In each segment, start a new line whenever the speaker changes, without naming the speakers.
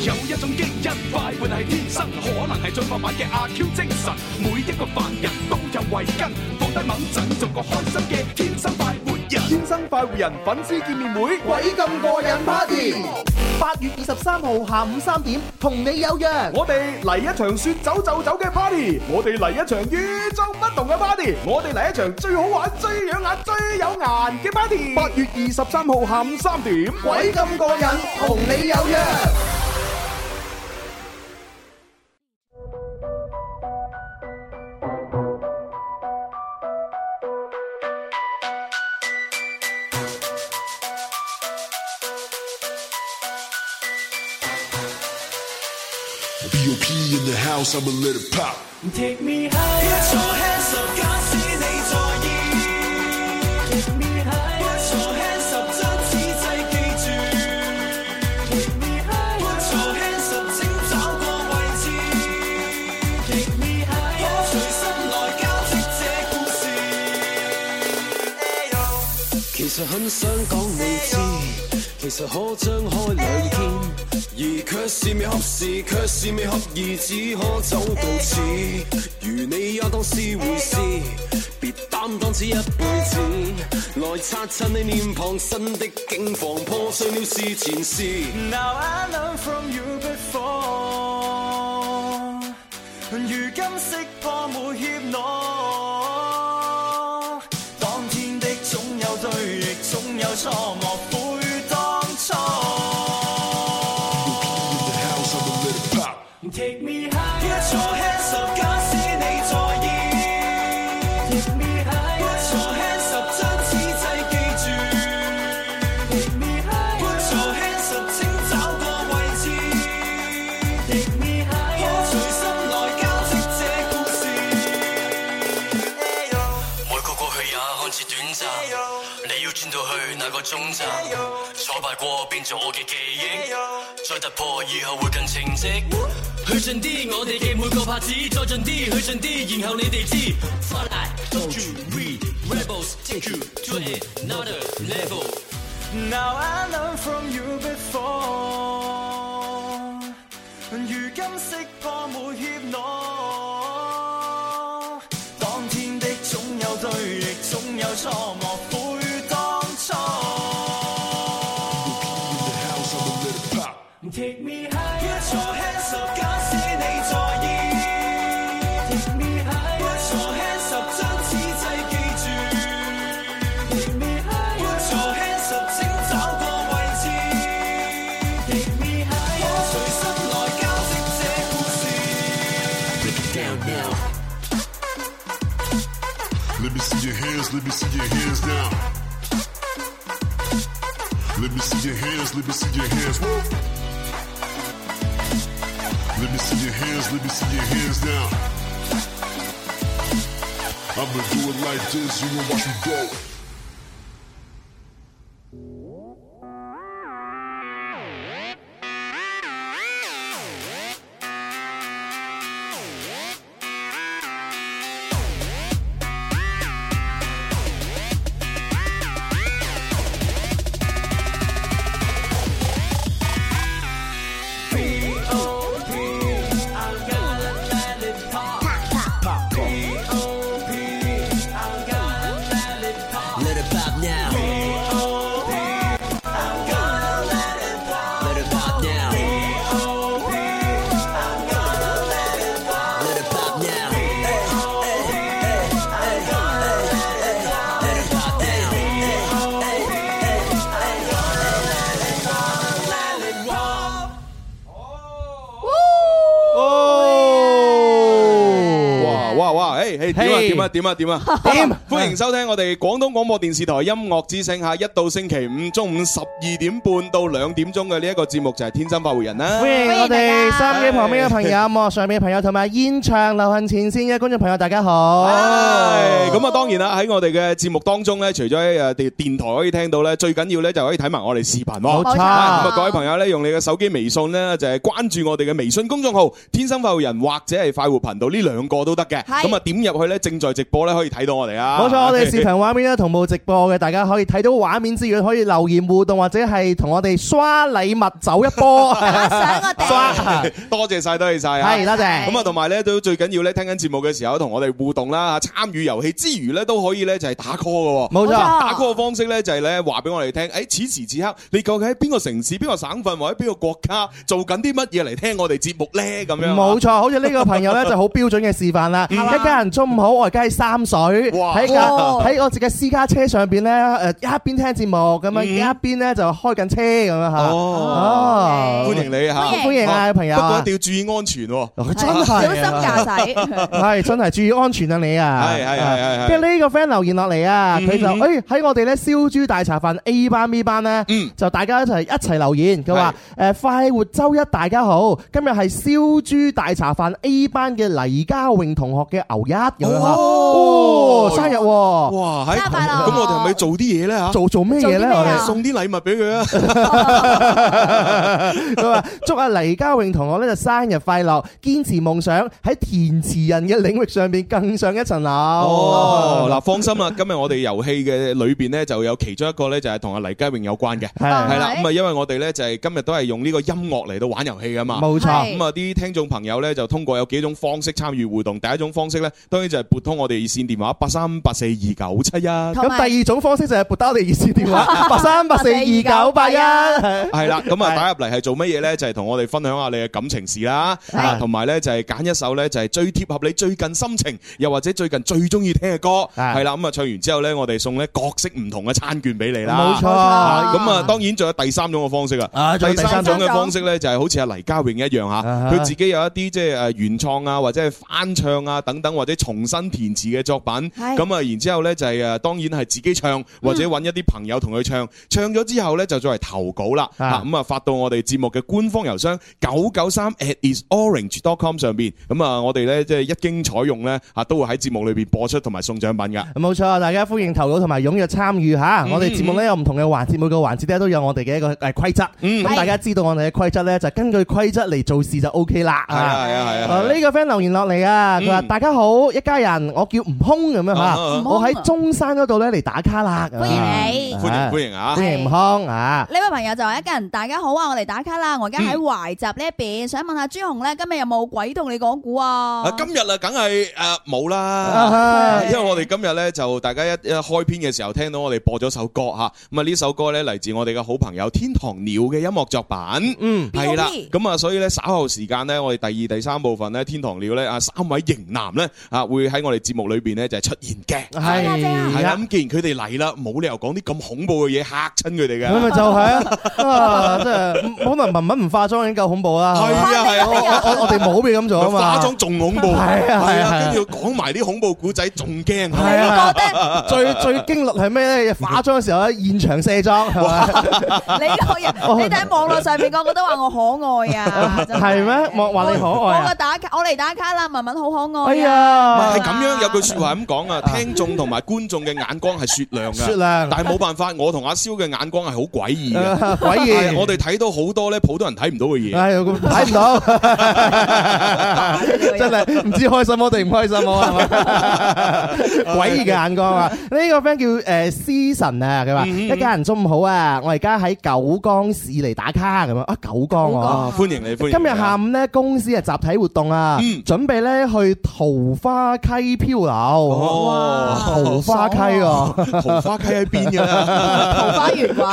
種基因快活係天生，可能係進化版嘅阿 Q 精神。每一個凡人都有慧根，放低掹陣，做個開心嘅天生快活人。
天生快活人粉絲見面會，鬼咁過癮 party！
八月二十三號下午三點，同你有約。
我哋嚟一場說走就走嘅 party，我哋嚟一場與眾不同嘅 party，我哋嚟一場最好玩、最養眼、最有顏嘅 party。八月二十三號下午三點，
鬼咁過癮，同你有約。
BOP in the house, I'ma let it pop.
Take me high. Put your hands up，假使你在意。Take me high. Put your hands up，將此際記住。Take me high. Put your hands up，請找個位置。Take me high，隨心來交織這故事。其實很想講你知，其實可張開兩肩。而卻是未合時，卻是未合意，只可走到此。如你也當是回事，別擔當此一輩子。來擦擦你臉龐，新的境況破碎了是前事。Now I learn from you before，如今識破每怯懦。當天的總有對，亦總有錯，莫悔當初。
In the house, I'ma let it pop.
Take me high. Put your hands up，假使你在意。Take me high. Put your hands up，將此際記住。Take me high. Put your hands up，請找個位置。Take me high. 隨心來交織這故事。
每個過去也看似短暫，你要轉到去那個終站？挫敗過變做我嘅記憶，再突破以後會更清晰。去盡啲我哋嘅每個拍子，再盡啲，去盡啲，然後你哋知。快嚟，Don't you read rebels take you to another level。
Now I learn from you before，如今識破每怯懦。當天的總有對，亦總有錯，莫悔當初。
In the house, I'ma let it pop.
Take me high，put your hands up，假使你在意。Take me high，put your hands up，將此際記住。Take me high，put your hands up，請找個位置。Take me high，隨心來交織這故事。Down now。
Let me see your hands, let me see your hands now. Let me see your hands, let me see your hands. Woo. Let me see your hands, let me see your hands now. I'ma do it like this, you gon' watch me go.
Let it pop now. Let it pop now. Let it pop now. Let it pop now.
哇哇哇！誒誒點啊
嘿
點啊點啊 點啊！點！歡迎收聽我哋廣東廣播電視台音樂之聲嚇，一到星期五中午十二點半到兩點鐘嘅呢一個節目就係《天生發回人》啦。
歡迎
歡迎
我
大
哋
家
收音機旁邊嘅朋友、幕上面嘅朋友同埋現場流行前線嘅觀眾朋友，大家好。
係咁啊，當然啦，喺我哋嘅節目當中咧，除咗喺誒電電台可以聽到咧，最緊要咧就可以睇埋我哋視頻
冇
喎。係
錯
咁啊，各位朋友咧，用你嘅手機微信咧，就係關注我哋嘅微信公眾號《天生快活人》或者係快活頻道呢兩個都得嘅。
係
咁啊，點入去去咧，正在直播咧，可以睇到我哋啊。
冇 錯， 我哋視頻畫面咧同步直播嘅，大家可以睇到畫面之餘，可以留言互動或者係同我哋刷禮物走一 波。 刷
多謝晒，多謝晒啊！
係多謝
咁啊，同埋咧都最緊要咧，聽緊節目嘅時候同我哋互動啦，參與遊戲之餘咧都可以咧就係打 call 嘅喎。
冇錯
打 call 嘅方式咧就係咧話俾我哋聽，誒此時此刻你究竟喺邊個城市、邊個省份或者邊個國家做緊啲乜嘢嚟聽我哋節目咧？咁樣啊嗯
冇錯，好似呢個朋友咧就好標準嘅示範啦。一家人中午好，我而家喺三水，
哇
喺架
哇
喺我自己私家車上邊咧，誒一邊聽節目咁樣，一邊咧就開緊車咁樣嚇。
嗯哦
哦，
歡迎你嚇，哦
歡迎
歡迎啊，朋友
不過
啊
一！定要注意安全喎。
真係啊係真係注意安全啊你啊！
係係係係係嗯
跟住呢個 friend 留言落嚟啊，佢就誒喺我哋咧燒豬大茶飯 A 班 B 班咧
嗯，
就大家一齊一齊留言，佢話誒快活周一大家好，今日係燒豬大茶飯 A 班嘅黎家榮同學嘅牛一咁樣啊
哦
哦，生日喎，
哇！喺
生日快樂
咁我哋係咪做啲嘢咧嚇？
做做咩嘢
做
咧
啲咩
我哋
啊？
送啲禮物俾佢啊！
佢話祝阿黎家榮同學咧就生日快樂，堅持夢想喺填詞人嘅領域上邊更上一層樓。
哦， 嗱，放心啦，今日我哋遊戲嘅裏邊咧，就有其中一個咧，就係同阿黎家榮有關嘅，
係
係啦。
係
咁啊，因為我哋咧就係今日都係用呢個音樂嚟到玩遊戲噶嘛。
冇錯。
咁啊，啲聽眾朋友咧就通過有幾種方式參與互動。第一種方式咧，當然就係撥通我哋熱線電話八三八四二九七一，
同埋
啊咁第二種方式就係撥打我哋熱線電話八三八四二九八一， 係
係啦。咁啊，
係
打入嚟係做乜嘢咧？就係同我哋分享下你嘅感情事啦，啊同埋咧就係揀一首咧就係最貼合你最近心情，又或者最近最中意聽嘅歌。
係
係啦，咁啊唱完之後咧，我哋送咧各式唔同嘅餐券俾你啦。
冇錯。
啊咁啊，當然仲有第三種嘅方式啊。
啊仲有
第
第
三
三
種
種
嘅方式咧，就係好似阿黎家榮一樣嚇，
啊哈
佢自己有一啲即係誒原創啊，或者係翻唱啊等等，或者重新填詞嘅作品。
係
咁啊，然之後咧就係誒，當然係自己唱，或者揾一啲朋友同佢唱。唱咗之後咧，就作為投稿啦。
啊
嚇咁啊，發到我哋節目嘅官方郵箱九九三 at isorange.com 上邊。咁啊，我哋咧即係一經採用咧嚇，都會喺節目裏邊播出同埋送獎品㗎。
冇錯，啊大家歡迎投稿同埋踴躍參與嚇。
嗯
我哋節目咧有唔同嘅環節，每個環節咧都有我哋嘅一個誒規則。
嗯
咁大家知道我哋嘅規則咧，就根據規則嚟做事就 O K 啦。
係啊係啊係啊係啊！
啊呢個 friend 留言落嚟啊，佢話
嗯
大家好，一家人，我叫悟空咁樣
啊
嚇
啊啊，
我喺中山嗰度咧嚟打卡啦。
歡
À.
迎你
歡迎歡迎啊！
歡迎悟空啊！嗯
呢位朋友就話：一家人，大家好啊！我嚟打卡啦，我而家喺懷集呢一邊，想問下朱紅咧，今日有冇鬼同你講故啊？
啊，今日啊，梗係誒冇啦
啊，
因為我哋今日咧就大家一一開篇嘅時候聽到我哋播咗首歌嚇，咁啊呢首歌咧嚟自我哋嘅好朋友天堂鳥嘅音樂作品，
嗯
係啦
B.O.B.，
咁啊所以咧稍後時間咧，我哋第二第三部分咧天堂鳥咧啊三位型男咧啊會喺我哋節目裏邊咧就係出現嘅。
係啊
係啊啦，咁既然佢哋嚟啦，冇理由講啲咁恐怖嘅嘢嚇親佢哋
咁咪
嘅。
就係啊！啊，真係可能文文唔化妝已經夠恐怖啦。
係
係嘛
啊係
我
啊，
我我我哋冇俾咁做啊嘛。
化妝仲恐怖，
係啊係啊
跟住講埋啲恐怖古仔仲驚。
係啊， 最最經歷 係咩咧？化妝嘅時候咧，現場卸妝係嘛？
你個 人，你睇網絡上面個個都話我可愛啊，真
係咩話 話你可愛啊
我個打卡，我嚟打卡啦，文文好可
哎
愛啊！
呀
係，咁樣有句説話咁講啊，聽眾同埋觀眾嘅眼光係雪亮
雪
嘅，
亮
但係冇辦法，我同阿蕭嘅眼光係好詭異嘅，
啊鬼
係
嘢，
我哋睇到好多咧普通人睇唔到嘅 嘢。
唉咁 睇唔到，真係唔知開心好啊定唔開心好 係嘛？ 詭異嘅眼光啊！呢個 friend 叫誒思神啊，佢話一家人中午好啊，我而家喺九江市嚟打卡咁樣啊，九江喎。
啊，歡迎你，歡迎你啊！
今日下午咧，公司嘅集體活動啊，
嗯
準備咧去桃花溪漂流。
哦，
桃花溪啊喎，
桃花溪啊喺邊㗎 啦？
桃
Ờ.
花源啩，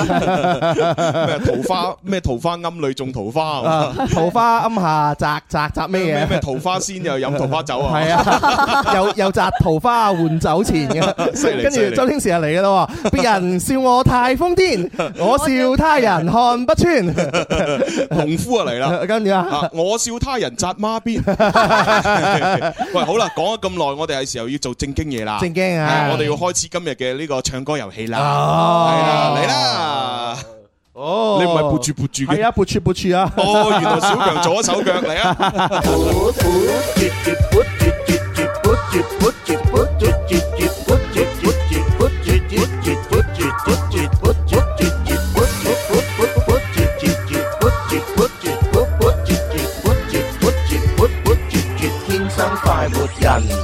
咩桃花咩桃花庵裏種桃花啊？
啊桃花庵下摘摘摘
咩
咩
咩
嘢？啊
桃花仙又飲桃花酒啊？
係啊， 又又摘桃花換酒錢
犀利
嘅，跟
犀利
住周星馳就嚟嘅咯喎。別人笑我太 瘋癲，我笑他人看不穿。
農夫啊嚟啦！
跟住啊，
啊！我笑他人扎孖邊。 喂，好啦，講咗咁耐，我哋係時候要做正經嘢啦。
正經啊
係，我哋要開始今日嘅呢個唱歌遊戲啦。
哦，
係啦，嚟啦！
哦
你唔係撥住撥住
係
嘅。
啊，撥住撥住啊。
哦，原來小強左手腳嚟啊！
Hãy subscribe cho kênh Ghiền Mì Gõ Để không bỏ lỡ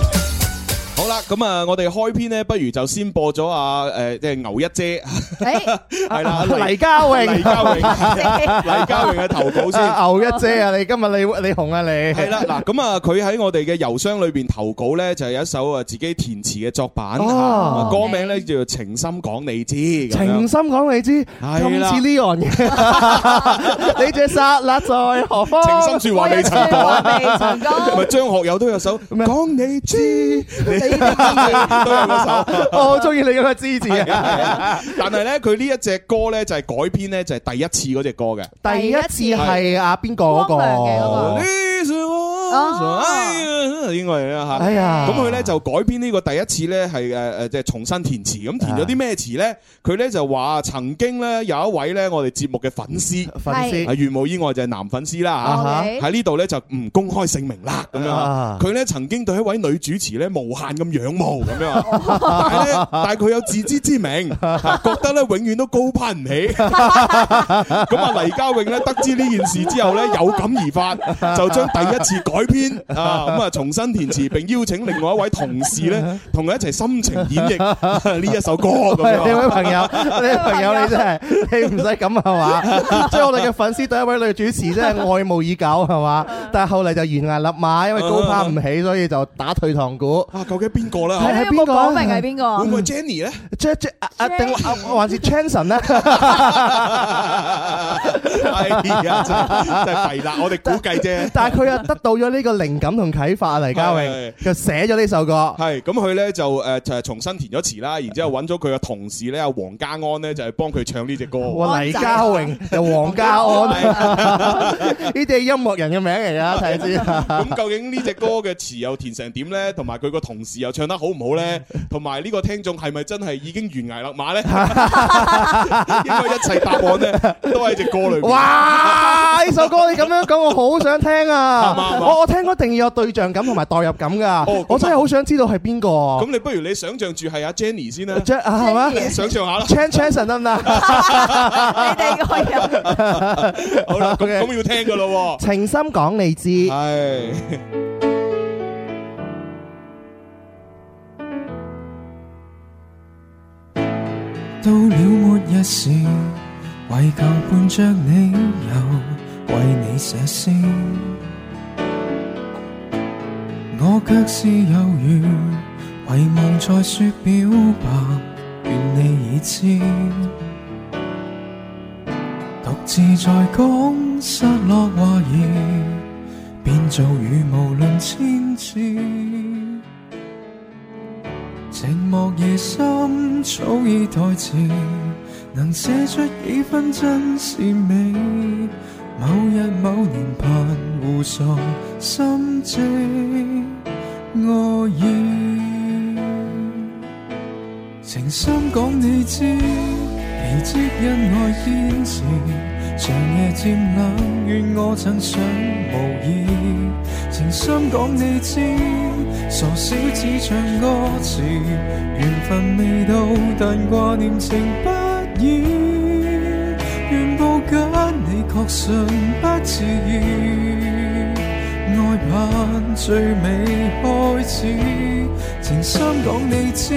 咁啊，我哋開篇咧，不如就先播咗啊誒，即係牛一姐 係啦，
黎家榮
黎家 榮，
誒，
黎家榮嘅投稿先。
牛一姐啊，你今日你你紅啊你，
係啦，嗱咁啊，佢喺我哋嘅郵箱裏邊投稿咧，就有一首啊自己填詞嘅作品，
哦
啊歌名咧叫做《情深講你知》咁樣。
情深講你知，
係啦
咁似呢樣 嘢，你隻剎那在何方？
情深説話未曾講。
未曾講。
咪張學友都有首講你知，你都有嗰首。
我好中意你咁嘅支持啊！
但係咧，佢呢一隻歌咧就係改編咧，就係第一次嗰只歌嘅。
第一次係阿邊個嗰
光良嘅嗰
個？
你是
哦
我哎呀應該係啦嚇。
哎呀，
咁佢咧就改編呢個第一次咧係誒誒，即係重新填詞。咁填咗啲咩詞咧？佢咧就話曾經咧有一位咧我哋節目嘅粉絲，
粉絲
係如無意外就係男粉絲啦嚇。
OK。
喺呢度咧就唔公開姓名啦，咁樣啊
啊
佢咧曾經對一位女主持咧無限咁仰慕咁樣啊， 但係咧但係佢有自知之明，覺得咧永遠都高攀唔 起。咁啊黎家榮咧得知呢件事之後咧有感而 發，就將第一次改編啊咁啊重新填詞，並邀請另外一位同事 咧同佢一齊深情演繹呢一首歌咁
喂， 呢
樣。啊
位 朋友，呢位朋友你真係你唔使咁係嘛？ 即係我哋嘅粉絲對一位女主持真係愛慕已久係 嘛？但係後嚟就懸崖勒馬，因為高攀唔起，所以就打退堂鼓。
啊，究竟邊個啦？
係啊
你都冇講明係邊個。啊
會唔會係 Jenny 咧？
即即啊啊定啊還是 Chanson 咧？
哎呀，真係真係弊啦！我哋估計 啫。
但係佢又得到咗呢個靈感同啟發啊！黎家
係
榮就寫咗呢首歌
系。咁佢咧就誒就係重新填咗詞啦，然之後揾咗佢嘅同事咧阿黃家安咧就係幫佢唱呢只歌。
哇！黎家榮啊就黃家安， 呢啲係音樂人嘅名嚟㗎，睇下知。
咁究竟呢只歌嘅詞又填成點咧？同埋佢個同事又唱得好唔好咧？同埋呢個聽眾係咪真係已經懸崖勒 馬咧？應該一切答案咧都喺只歌裏邊。
哇！呢首歌你咁樣講，我好想聽
啱啱
啊！
啱
我我聽嗰定要有對象感同埋代入感
哦
㗎，我真係好想知道係邊個
咁。你不如你想象住係阿 Jenny 先啦，
Jack 啊，係嘛
想象下啦。
？Chan Chanson 得唔得？
你哋個人。
好啦，咁
OK
咁要聽噶咯
情深講你知
喎。。係。
到了末日時，為求伴着你，又為你寫詩，我卻是猶豫，遺忘在說表白，願你已知，獨自在講失落話兒，變做語無倫千字。寂寞夜深早已台詞，能寫出幾分真是美。某日某年盼互訴心迹愛意。情深講你知，奇迹因愛堅持，長夜漸冷，願我曾想無意。情深講你知，傻小子唱歌詞，緣分未到，但掛念情不已。願抱緊你，確信不遲疑。愛盼最美開始，情深講你知，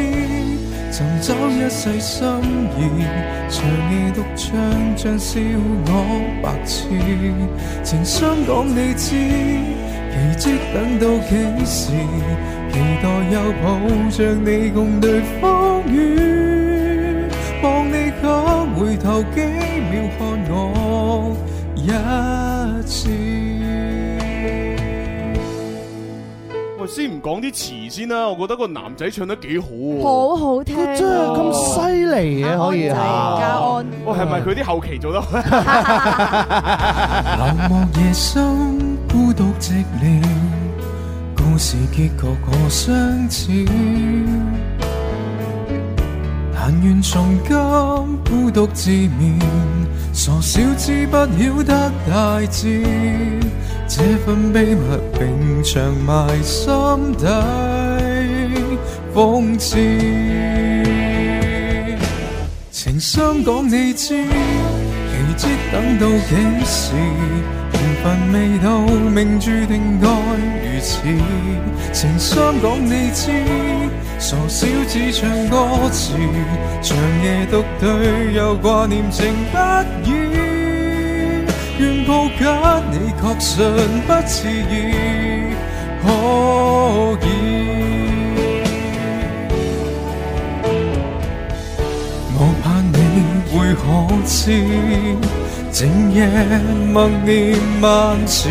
尋找一世心意，長夜獨唱像笑我白痴，情深講你知，奇蹟等到幾時？期待又抱着你共對風雨，望你敢回頭幾秒看我一次。
喂，先唔講啲詞先啦，我覺得個男仔唱得幾好喎。
好好聽。
真係咁犀利嘅，可
Dạ,
以啊嚇。
安仔，嘉安。
哦
我係咪佢啲後期做得好？
冷漠夜深，孤獨寂寥，故事結局何相似？但願從今孤獨自勉，傻小子不曉得大志，這份秘密並長埋心底，諷刺。情深講你知，奇迹等到幾時？緣分未到，命注定該如此。情深講你知，傻小子唱歌詞，長夜獨對，又掛念情不語。願抱緊你，確信不遲疑，可以。我怕你會可知，整夜默念萬次。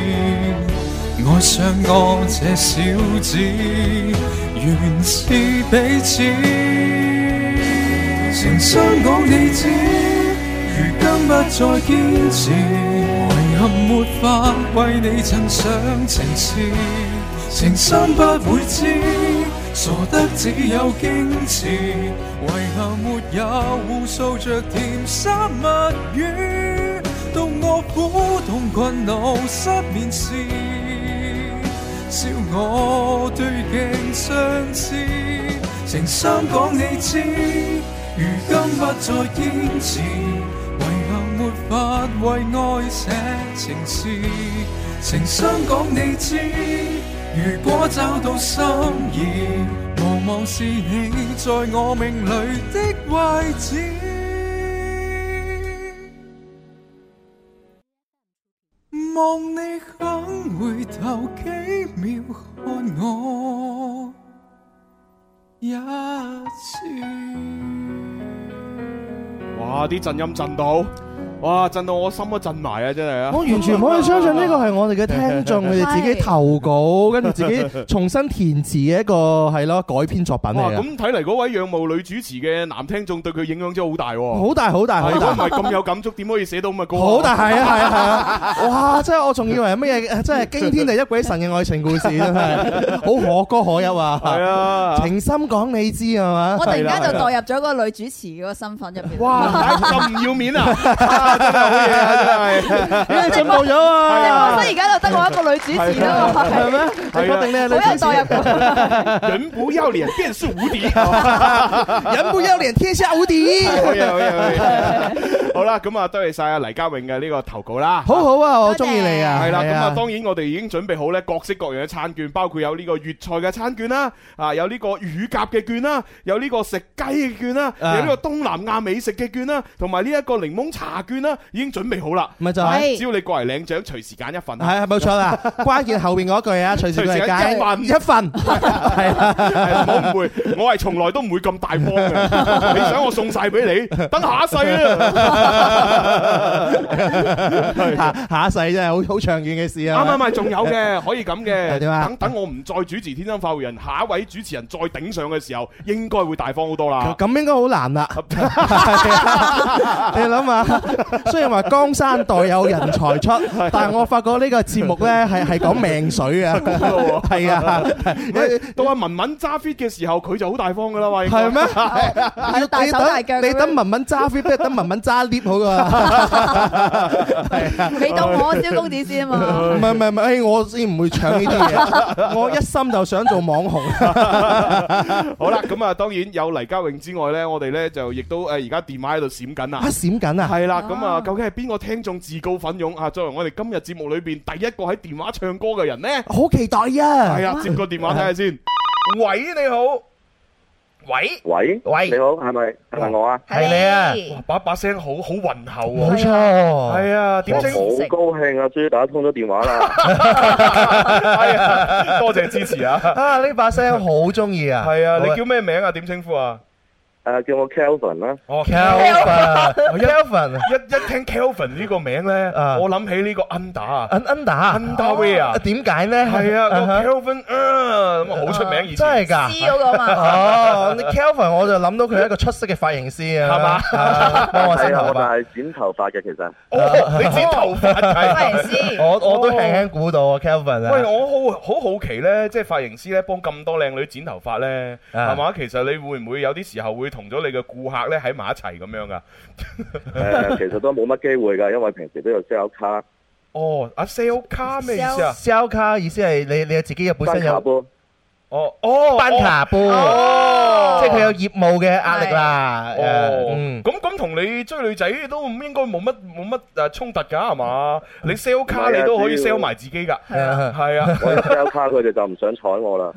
愛上我這小子，原是彼此。曾相講你知，如今不再堅持，遺憾沒法為你襯上情事，情深不會知，傻得只有矜持，遺憾沒有互訴着甜心蜜語，到我苦痛困惱失眠時，笑我對鏡相思，情深講你知，如今不再堅持，遺憾沒法為愛寫情詩，情深講你知，如果找到心意，無望是你在我命裏的位置。望你肯回頭幾秒看我一次。
哇！啲震音震到，哇！震到我心都震埋啊！真係啊！
我完全唔可以相信呢個係我哋嘅聽眾，佢哋自己投稿，跟住自 己重新填詞嘅一個係咯改編作品
哇！
嚟嘅，
咁睇嚟嗰位仰慕女主持嘅男聽眾對佢影響真係好大喎。啊
好大好大好
如果唔
大。
係咁有感觸，點可以寫到咁嘅歌啊？
好大係啊係啊係啊！哇！真係我仲以為係乜嘢，真係驚天地泣鬼神嘅愛情故事， 真係好可歌可泣
係
啊！
啊！
情深講你知係嘛？
我突然間就代入咗個女主持嗰個身份入邊。
哇！咁 唔要面 啊！啊真係好嘢啊！真係。啊
咦你進步咗啊！
我覺得而家就得我一個女主持啦，
係咩？你確定你係女
好
主
有
持
代入感。
人不要臉便是無敵。
人不要臉，天下無敵。
好嘢，好嘢，好嘢。好啦，咁啊，多謝晒啊黎家永嘅呢個投稿啦。
好好啊，
多
我
謝
中意你啊！
係啦，
係
咁啊，當然我哋已經準備好咧各式各樣嘅餐券，包括有呢個粵菜嘅餐券啦，啊，有呢個乳鴿嘅券啦，有呢個食雞嘅券啦，
啊
有呢個東南亞美食嘅券啦，同埋呢一個檸檬茶券啦，已經準備好啦。啊
咪就係
只要你過嚟領獎，隨時揀一份啊。
係冇錯 啦，關鍵後邊嗰句啊，隨時佢係揀
隨時一份
一份，係啊
係唔好誤會，我係從來都唔會咁大方 嘅。你想我送晒俾你，等下一世 啦。係
啊，下一世真係好好長遠嘅事
啱
啊！
啱啱，仲有嘅，可以咁嘅。
係點啊
等等，我唔再主持《天生快活人》，下一位主持人再頂上嘅時候，應該會大方好多啦。
咁應該好難 啦， 你諗下， 雖然話江山代有人才出，但係我發覺呢個節目咧係係講命 水啊，係啊，
喂到阿文文揸 fit 嘅時候，佢就好大方噶啦，喂。
係咩？
要大手大腳咁樣
你等文文揸 fit，不如等文文揸 lift 好噶。
你當我蕭公子先啊嘛。
啊唔係唔係唔係，誒我先唔會搶呢啲 嘢，我一心就想做網紅。
好啦，咁啊，當然有黎家榮之外呢，我哋呢就亦都誒而家電話喺度閃緊
啊
啊。
閃緊啊！
係
哦
啦，咁啊，究竟係邊個聽眾自告奮勇啊？作為我哋今日節目裏邊第一個喺電話唱歌嘅人呢？
好期待
係
啊！
啊，接個電話睇下先。喂，你好。喂。
喂，
喂
你好，係咪係
Ờ.
咪我啊？
係你啊
哇，把把聲好好渾厚
冇
喎。
錯，
啊係啊，點
我
稱
好高興啊，終於打通咗電話啦！
係啊，多謝支持啊！
啊呢把聲好中意啊！
係啊，你叫咩名啊？點稱呼啊？
誒，叫我 Kelvin 啦，
哦
Kelvin，Kelvin
一一聽 Kelvin 呢個名咧，
啊
我諗起呢個 Under 啊，
Un Under
Underwear 啊
點解咧？
à? 係啊，
嗯
個
哼
Kelvin 呃咁啊好出名以前。
Uh-huh。真係㗎
C。嗰個嘛，
Ờ,
哦你，Kelvin 我就諗到佢係一個出色嘅髮型師啊，
係嘛
啊？幫 我剪
係啊，
頭
我
髮，
但係剪頭髮嘅，其實
哦，你剪頭 髮
髮
係。
型師。
我我都輕輕估到啊，Kelvin
喂，
啊，
我好好好奇咧，即係髮型師咧幫咁多靚女剪頭髮咧，
啊
係嘛？其實你會唔會有啲時候會同咗你嘅顧客咧喺埋一齊咁樣噶？
誒，其實都冇乜機會㗎，因為平時都有 sell 卡、
哦，阿 sell 卡咩意思啊？
肖卡意思係你你自己嘅本身
sell 卡
有
波，
哦哦，
班卡杯，
哦
即係佢有業務嘅壓力啦。誒
哦，
嗯，
咁咁同你追女仔都應該冇乜冇乜誒衝突㗎係嘛？
嗯
你 sell 卡你都可以 sell 埋自己㗎，係啊。
啊 我一 sell 卡佢哋就唔想睬我啦。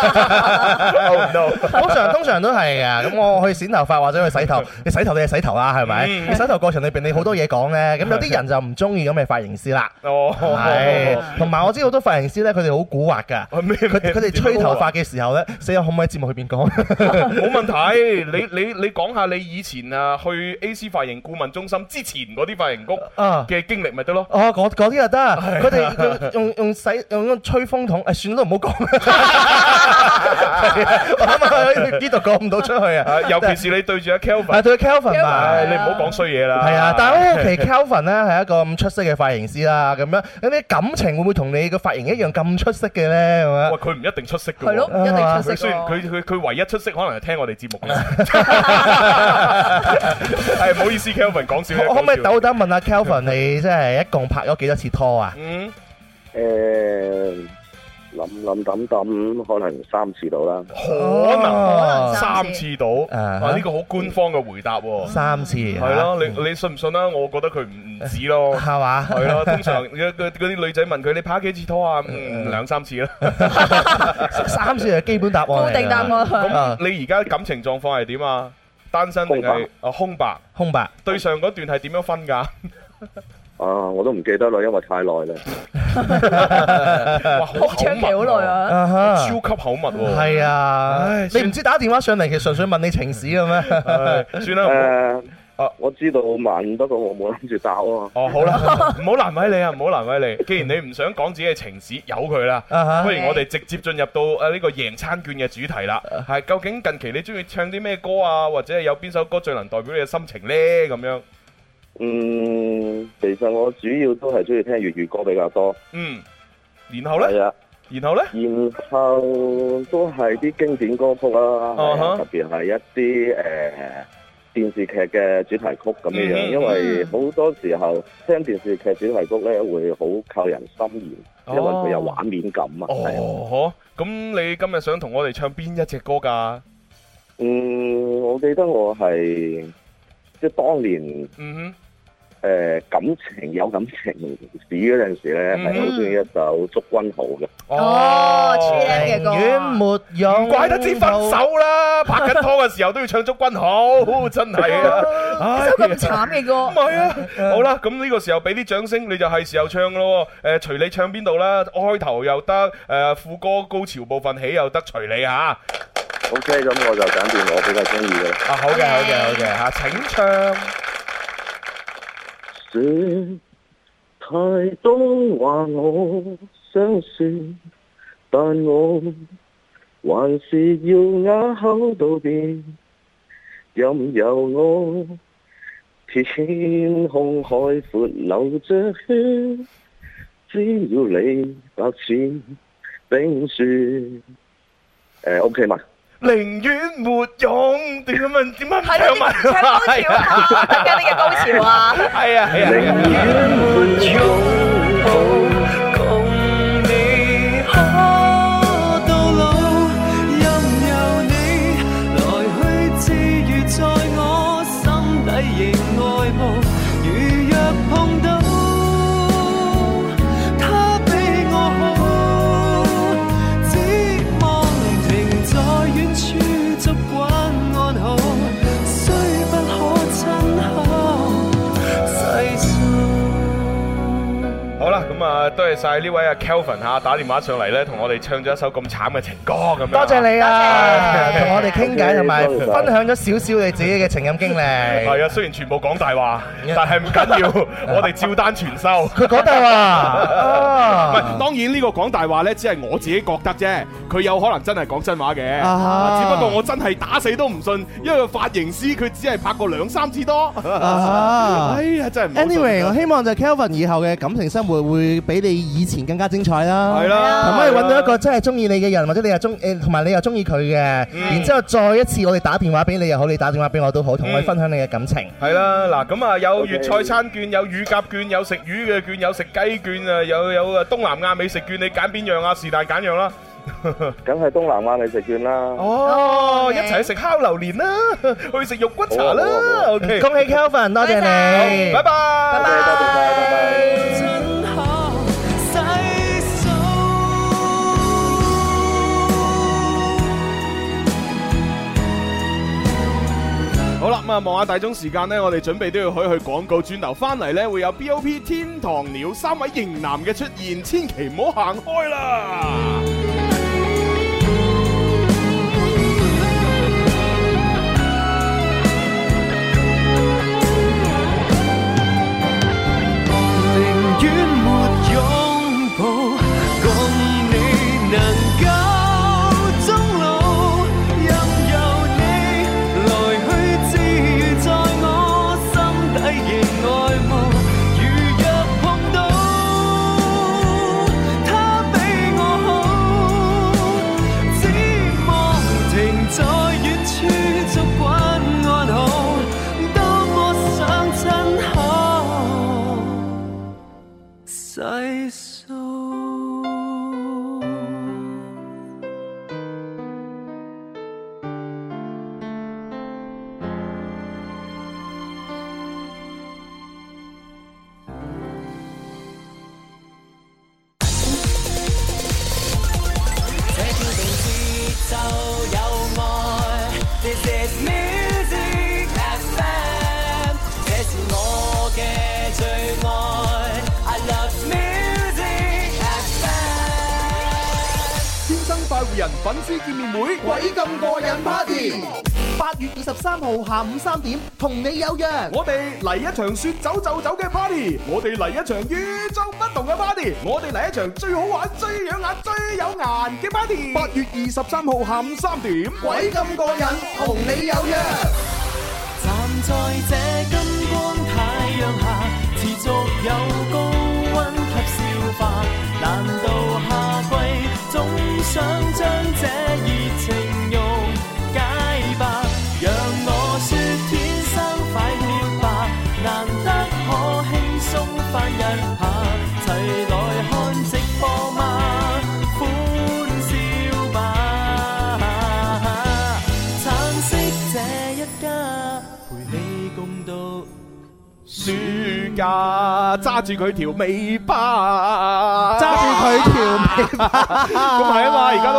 ，Oh
通常通常都係嘅。咁我去剪頭髮或者去洗頭，你洗頭你係洗頭啦，係咪？
嗯
你洗頭過程裏邊你好多嘢 講咧，咁有啲人就唔中意咁嘅髮型師啦。
哦，
係，同埋我知好多髮型師咧，佢哋好古惑㗎。
哦
佢佢哋吹
啊
頭髮嘅時候咧，死友可唔可以節目裏邊講？
冇問題，你你你講下你以前啊去 AC 髮型顧問中心之前嗰啲髮型屋
啊
嘅經歷咪得咯？
哦，嗰嗰啲就得，佢哋用用用洗用用吹風筒，誒哎算啦，唔好講啦。 係啊我啱 啱喺呢度講唔到出去啊
啊， 尤其是你對住阿 Kelvin，
係對 Kelvin 嘛
唉你唔好講衰嘢啦。
係啊，但係我 好奇 Calvin 咧係一個咁出色嘅髮型師啦，咁樣咁啲感情會唔會同你個髮型一樣咁出色嘅咧？咁樣
喂，佢唔一定出色嘅喎，
係咯唔一定出色喎
佢雖然佢佢佢唯一出色，可能係聽我哋節 目嘅。 係唔好意思，Kelvin 講笑啫。
我可唔可以
講笑
斗膽問下 Calvin，你即係一共拍咗幾多次拖啊？
嗯，
誒諗諗諗諗，可能三次到啦。
可能
哦
三次到啊！呢個好官方嘅回答喎。
三次
係咯，你你信唔信啊？我覺得佢唔唔止咯，
係嘛
係 咯，通常嗰嗰嗰啲女仔問佢你拍幾次拖啊？嗯，兩三次啦。
三次係基本答案嚟㗎。啊
咁你而家感情狀況係點啊？單身定係啊空白？
空白。
對上嗰段係點樣分 㗎？
啊，我都唔記得啦，因為太耐啦。
哇，好長期好 Uh-huh。耐
啊哈
超級口密喎。
係啊
唉，
你唔知打電話上嚟，其實純粹問你情史嘅咩？
算啦。
誒、
啊，
我知道問，不過我冇諗住答啊。
哦，好啦，唔好難為你啊，唔好難為你。既然你唔想講自己嘅情史，由佢啦。
啊哈
不如我哋直接進入到誒呢個贏餐券嘅主題啦。係，究竟近期你中意唱啲咩歌啊？或者係有邊首歌最能代表你嘅心情呢？咁樣，
嗯，其實我主要都係中意聽粵語歌比較多。
嗯，然後呢？
係啊。
然後呢？
然後都係啲經典歌曲啦，係啊
啊哈
特別係一啲誒、呃、電視劇嘅主題曲咁樣樣，
嗯
因為好多時候聽電視劇主題曲咧會好扣人心弦，因
哦
為佢有畫面感啊。係啊
哦，呵咁你今日想同我哋唱邊一隻歌㗎？
嗯，我記得我係即係當年誒、
嗯
呃感情有感情史嗰陣時咧，係好中意一首祝君豪嘅。
嗯哦
寧願沒有，
唔怪得之分手啦！拍緊拖嘅時候都要唱祝君好，真係啊！唉
首咁慘嘅歌，唔
係啊，好啦，咁呢個時候俾啲掌聲，你就係時候唱咯喎。誒，隨你唱邊度啦，開頭又得，誒副歌高潮部分起又得，隨你嚇。
O K，咁我就揀段我比較中意嘅啦。
啊，好嘅，好嘅，好嘅嚇，請唱。
說太多話我想說，但我還是要啞口道別，任由我天空海闊流着血，只要你白紙冰雪。誒、o K 嘛？
寧願沒用，點解問點解唔
係
唱
咯
埋？
唱高潮啊唱緊你嘅高潮啊
係啊係啊！
寧願沒用
到老，任由你來去自如，在我心底仍愛慕。如若碰到他比我好，指望停在遠處捉慣安好，雖不可親口細數。
好啦，咁啊，多謝晒呢位阿 à, Kelvin 嚇打電話上嚟咧，同我哋唱咗一首咁慘嘅情歌咁樣。
多謝你啊，同我哋傾偈同埋
多謝
分享咗少少你自己嘅情感經歷。
係啊，雖然全部講大話，但係唔緊要， 我哋照單全收。
嗯
啊
佢講大
唔
話，
係，當然呢個講大話呢，只係我自己覺得啫。佢有可能真係講真話嘅，
啊
只不過我真係打死都唔信，因為髮型師佢只係拍過兩三次多。
啊
哎呀，真係唔好信
Anyway，我希望就 Kelvin 以後嘅感情生活會比你以前更加精彩啦。
係啦
同埋可以揾到一個真係中意你嘅人，或者你又中誒，同埋你又中意佢嘅。然之後再一次我哋打電話俾你又好，你打電話俾我都好，同我哋分享你嘅感情。
係啦，嗱咁啊，有粵菜餐券，有乳鴿券，有食魚嘅券，有食雞券啊，有有啊東南亞美食券，你揀邊樣啊？是但揀樣啦。
梗係東南亞美食券啦。
哦，一齊去食烤榴蓮啦， 去食肉骨茶啦
好啊好啊好啊
，OK。
恭喜 Kelvin，多謝你，
拜拜。
拜拜。
好啦，咁啊，望下大鐘時間呢，我哋準備都要去去廣告，轉頭翻嚟呢，會有 BOP 天堂鳥三位型男嘅出現，千祈唔好行開啦！
寧願沒擁抱，共你能夠終老，任由你來去自如，在我心底仍愛慕。如若碰到他比我好，指望停在遠處捉滾安好，多麼想親口。細數。This is music FM，這是我嘅最愛。I love music FM。
天生快活人粉絲見面會，鬼咁過癮 party，
八月二十三號下午三點，同你有約。
我哋嚟一場說走就走嘅 party，我哋嚟一場與眾不同嘅 party，我哋嚟一場最好玩、最養眼、最有顏嘅 party。八月二十三號下午三點，
鬼咁過癮同你有約
站在這金光太陽下，持續有高溫及消化。難道夏季總想將這熱情溶解吧？讓我説天生快活吧，難得可輕鬆翻一下，齊來看直播嗎？歡笑吧，橙色這一家。
暑假揸住佢條尾巴，
揸住佢條
尾巴，咁係啊嘛！而家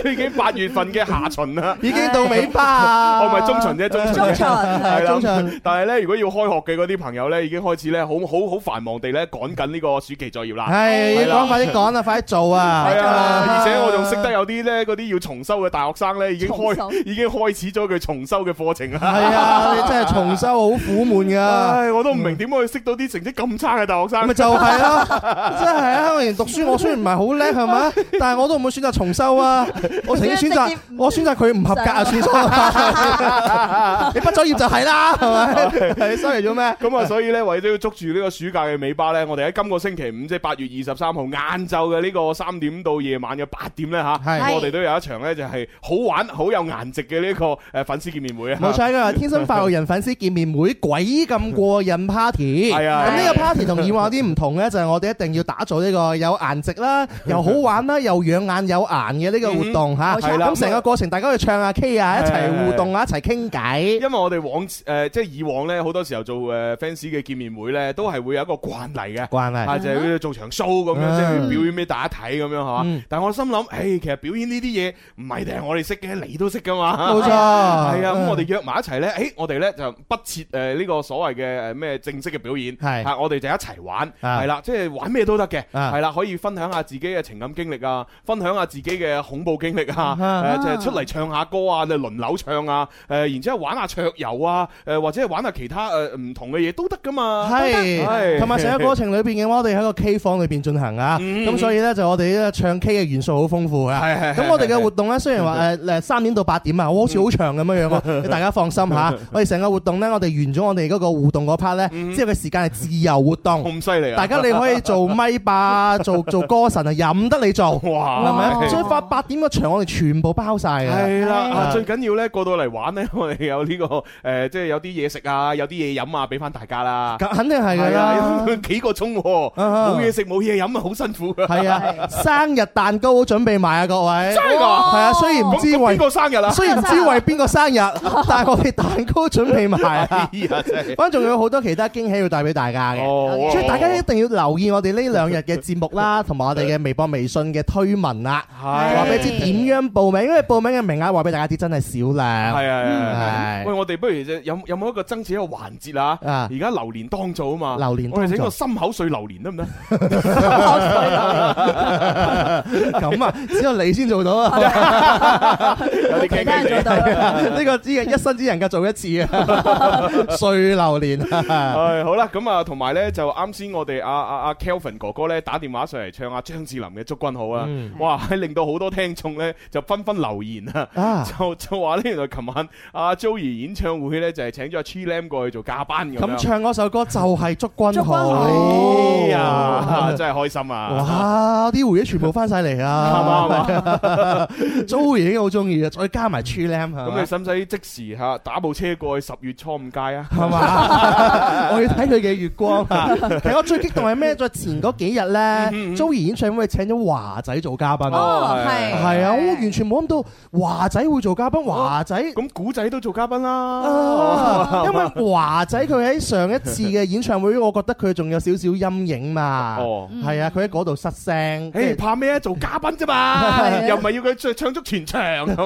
都 已經八月份嘅下旬啦，
已經到尾巴啊
哦，唔係中旬啫，中旬，
中旬係中旬。
但 係咧，如果要開學嘅嗰啲朋友咧，已經開始咧，好好好繁忙地咧趕緊呢個暑期作業啦。
係要
啦
講快啲講啊，快啲做啊！
係啊，而且我仲識得有啲咧，嗰啲要重修嘅大學生咧，已經開已經開始咗佢重修嘅課程啦。
係啊，你真係重修好苦悶
唉，
噶。
我都唔明點解佢識到啲成績咁差嘅大學生。
啊咪就係咯， 真係啊！我以前讀書，我雖然唔係好叻，係咪？但係我都唔會選擇重修啊！我曾經選擇，我選擇佢唔合格啊，算啦。 你畢咗業就係啦，係咪？係，sorry 咗咩？
哦咁啊，所以咧，為咗要捉住呢個暑假嘅尾巴咧，我哋喺今個星期五，即係八月二十三號晏晝嘅呢個三點到夜晚嘅八點咧吓，
係
我哋都有一場咧就係好玩、好有顏值嘅呢個誒粉絲見面會啊！
冇錯，佢話天生快活人粉絲見面會鬼咁過癮 party。
係啊
咁呢個 party 同以往有啲唔同咧，就係我哋一定要打造呢個有顏值 啦，又好玩啦，又養眼有顏嘅呢個活動嚇。
嗯係啦
咁成個過程大家去唱下 K 啊，一齊互動啊，一齊傾偈。
因為我哋往誒即係以往咧，好多時候做誒 fans 嘅見面會咧，都係會有一個慣例嘅，
慣例
啊就係要做場 show 咁樣，
嗯
即係表演俾大家睇咁樣係嘛
嗯。
但係我心諗，誒其實表演呢啲嘢唔係定係我哋識嘅，你都識噶嘛。
冇錯
係啊，咁
嗯
我哋約埋一齊咧，誒我哋咧就不設誒呢個所謂嘅誒咩正式嘅表演，
係
啊我哋就一齊玩，
啊
係啦，即係玩咩都得嘅，
啊
係啦，可以分享下自己嘅情感經歷啊，分享下自己嘅恐怖經歷啊，
啊
誒即係出嚟唱下歌啊，你輪流唱啊，誒然之後玩下桌遊啊，誒或者係玩下其他誒唔同嘅嘢都得噶嘛，
係，同埋成個過程裏邊嘅話，我哋喺個 K 房裏邊進行啊，咁所以咧就我哋呢個唱 K 嘅元素好豐富啊。
嗯係係係嗯
咁我哋嘅活動咧，雖然話誒誒三點到八點啊，我好似好
嗯
長咁樣樣喎，大家放心嚇。我哋成個活動咧，我哋完咗我哋嗰個互動嗰 part 咧，之後嘅時間間係自由活 動，
咁犀嗯利啊！
大家你可 以做咪霸，做做歌神啊，任得你做，係咪？所以發八點嘅場，我哋全部包晒嘅。
系啦，啊
啊
最緊要咧過到嚟玩咧，我哋有呢個诶，即係有啲嘢食啊，有啲嘢飲啊，俾翻大家啦。
梗肯定係㗎啦
係啊，幾個鐘喎
啊
冇嘢食冇嘢飲啊，好辛苦㗎。
係啊，生日蛋糕都準備埋啊，各位。
真係㗎
係啊，雖然唔知
咁咁
為
邊個生日啊
雖然唔知為邊個生日， 但係我哋蛋糕準備埋啊。
哎呀真係
反正仲有好多其他驚喜要帶俾大家
好啊
嘅，所以大家一定要留意我哋呢兩日嘅節目 啦，同埋我哋嘅微博、微信嘅推文啦，話俾你知點樣報名，因為報名嘅名額話俾大家知真係少量。
係啊係啊係啊，
嗯
喂，我哋不如就有有冇一個增設一個環節啊？
啊
而家榴蓮當造啊嘛，
榴蓮當造
我哋整個心口碎榴蓮得唔得？
咁啊，只有你先做到啊！
有啲驚驚地
呢個只係一生只能夠做一次啊！碎榴蓮，
系好啦，咁啊，同埋咧就啱先我哋阿阿阿 Kelvin 哥哥咧打電話上嚟唱阿張智霖嘅《祝君好》啊
嗯，
哇，令到好多聽眾咧就紛紛留言啊
啊，
就就話咧原來琴晚阿 Joey 演唱會咧就係請咗阿 Chi Lam 過去做嘉賓咁樣
咁唱嗰首歌就係《祝君好》。
哎呀，真係開心啊！
哦哇！啲回憶全部翻晒嚟 啊！
啱
啱啊？Joey 已經好中意啊，再加埋 True Lam
咁你使唔使即時吓打部車過去十月初五街啊？
係嘛？ 我要睇佢嘅月光啊！其實我最激動係咩？在前嗰幾日咧，Joey 演唱會請咗華仔做嘉賓。
嗯哦係哦
係啊！我完全冇諗到華仔會做嘉賓，華仔
咁古仔都做嘉賓
啊
啦，
因為華仔佢喺上一次嘅演唱會，我覺得佢仲有少少陰影嘛。
哦
係啊，佢喺嗰度失聲。
誒怕咩啊？做嘉賓啫嘛，
係啊
又唔係要佢唱唱足全 場。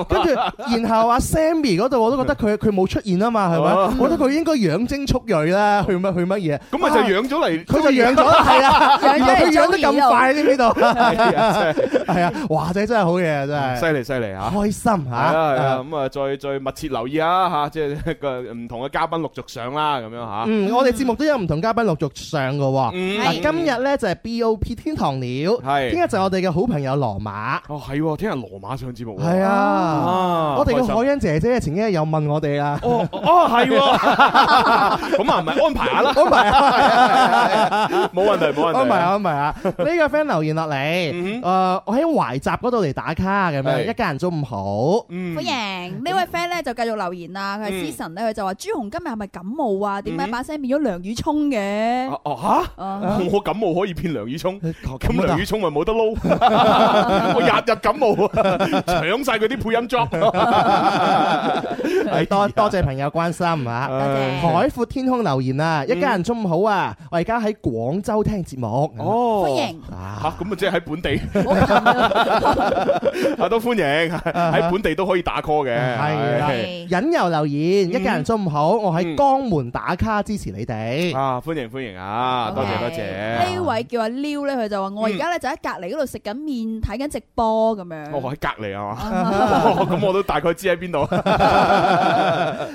跟住，然後阿 Sammy 嗰度我都覺得佢佢冇出現啊嘛，係
哦
咪？我覺得佢應該養精蓄鋭啦，去乜去乜嘢？啊
咁咪就養咗嚟，
佢就養咗啦，係啊，
養咗嚟
原來佢養得咁快呢呢
係啊 真
度，係啊，華仔真係好嘢啊，真係
犀利犀利嚇，
開心
係啊係啊，
嚇。
咁啊再再密切留意啊嚇，即係個唔同嘅嘉賓陸續上啦，咁樣嚇。
嗯，我哋節目都有唔同嘉賓陸續上嘅喎。
啊嗯
嗱，今日咧就係 BOP 天堂
係
鳥，聽日就係我哋嘅好朋友羅馬。
哦，係喎，聽日羅馬上節目喎。
係啊
啊，
我哋嘅
開心
海欣姐姐前幾日有問我哋啊啦。
哦哦係喎， 咁啊唔係安排下啦，
安排
下，冇問題冇問 題。嗯
安排啊安排 啊！呢個 friend 留言落嚟，誒，呃我喺懷集嗰度嚟打卡咁
係
樣，一家人中午好。
嗯
歡迎呢位 friend 咧就繼續留言啦，佢係
嗯
Season 咧，佢就話朱紅今日係咪感冒啊？點解把聲變咗梁宇聰嘅？
啊嗯哦
啊
嚇！我感冒可以變梁宇聰，
咁
咁
啊
梁宇聰咪冇得 撈，我日日感冒，搶晒佢啲配音 job。
係 多多謝朋友關心啊！
哎
海闊天空留言啊，一家人中午好啊！我而家喺廣州聽節目，
嗯哦，
歡
迎
吓咁啊，即係喺本地， 啊都歡迎，喺本地都可以打 call 嘅，係嗯
係引遊留言，一家人中午好，我喺江門打卡支持你哋。
啊，歡迎歡迎啊，多謝多謝
呢。位叫阿 Liu 咧，佢就
嗯
話我而家咧就喺隔離嗰度食緊麵，睇緊直播咁 樣。
我喺隔離啊嘛，哦咁我都大概知喺邊度。
二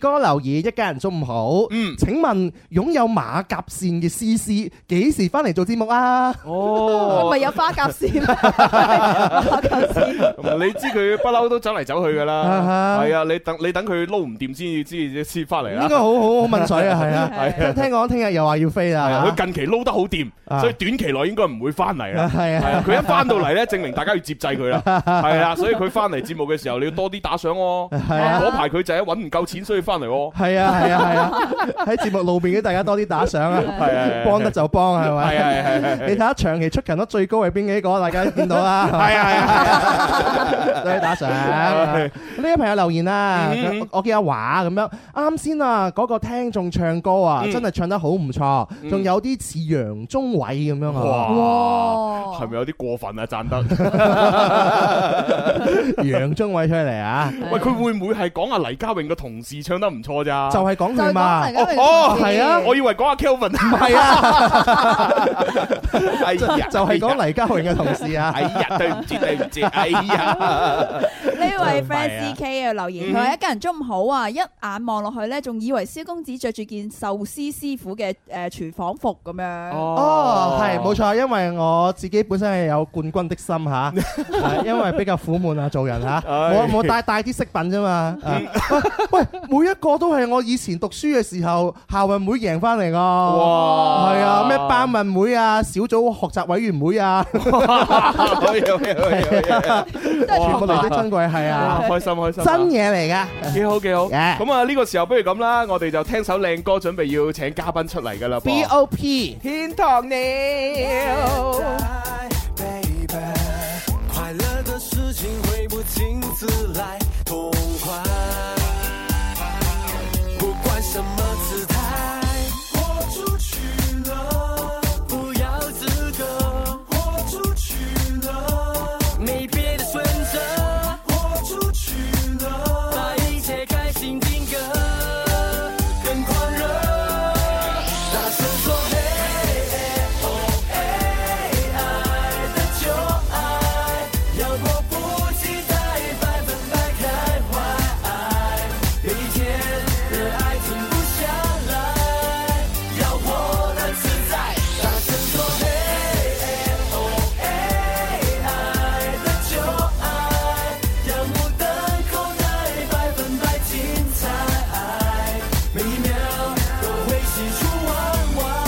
哥留言，一家人中午好。嗯，請問擁有馬甲線嘅 C C 幾時翻嚟做節目啊？
哦
咪有花甲線咩？
你知佢不嬲都走嚟走去噶啦，係啊，你等你等佢撈唔掂先知先翻嚟啦。
應該好好好問水啊，係啊，
係啊
聽講聽日又話要飛啦，
係啊，
嚇
佢近期撈得好掂，
啊
所以短期內應該唔會翻嚟啦。
係啊
佢一翻到嚟咧，證明大家要接濟佢啦。係啦，所以佢翻嚟節目嘅時候，你要多啲打賞喎。
係啊
嗰排佢就係揾唔夠錢，所以翻嚟喎。
係啊係啊係 啊，喺節目路邊俾大家多啲打賞啊
係啊係啊，
幫得就幫係咪？
係啊係啊係啊係啊
你睇下長期出勤率最高係邊幾個？大家見到啦，
係啊係
啊，多啲打賞。啊
係
呢位朋友留言啊，
嗯
我我見阿華咁樣，啱先啊嗰個聽眾唱歌啊，
嗯
真係唱得好唔錯，仲有啲似楊宗緯咁樣
哇，
啊。
係咪有啲過分啊？讚得。
楊宗緯出嚟啊！
喂，佢會唔會係講阿黎家穎嘅同事唱得唔錯咋？
就係講佢嘛就係講黎家
哦，
穎嘅同事
係啊，我以為講阿 Kelvin。唔
係啊，
哎
就
呀，
係講黎家榮嘅同事啊！
哎呀，對唔住對唔住，哎呀。
呢位
真係啊嗯
friend C K 啊留言，佢話一家人中午好啊！一眼望落去咧，仲以為蕭公子着住件壽司師傅嘅誒廚房服咁樣。
哦
哦哦，係冇錯，因為我自己本身係有冠軍的心 嚇，係因為比較苦悶啊，做人嚇，
唉
我我帶帶啲飾品啫嘛。啊
嗯
喂，喂每一個都係我以前讀書嘅時候校運會贏翻嚟㗎。
哇
係啊，咩班運會啊、小組學習委員會啊，
可以可以可以可以
全部嚟得珍貴係啊，
哇開心開心
真嘢嚟㗎。
幾好幾好，咁啊呢個時候不如咁啦，我哋就聽首靚歌，準備要請嘉賓出嚟噶啦噃。
B.O.P.
天堂鸟。
快乐的事情会不请自来，痛快。不管什么姿态，豁出去了，不要资格，豁出去了，没别的选择，豁出去了，把一切开心定格，更狂热，大声说嘿。哦嘿爱的就爱，要迫不及待，百分百开怀。每一天热爱停不下来，要活得自在，大声说嘿哦嘿，爱的就爱，要目瞪口呆，百分百精彩，每一秒都会喜出望外。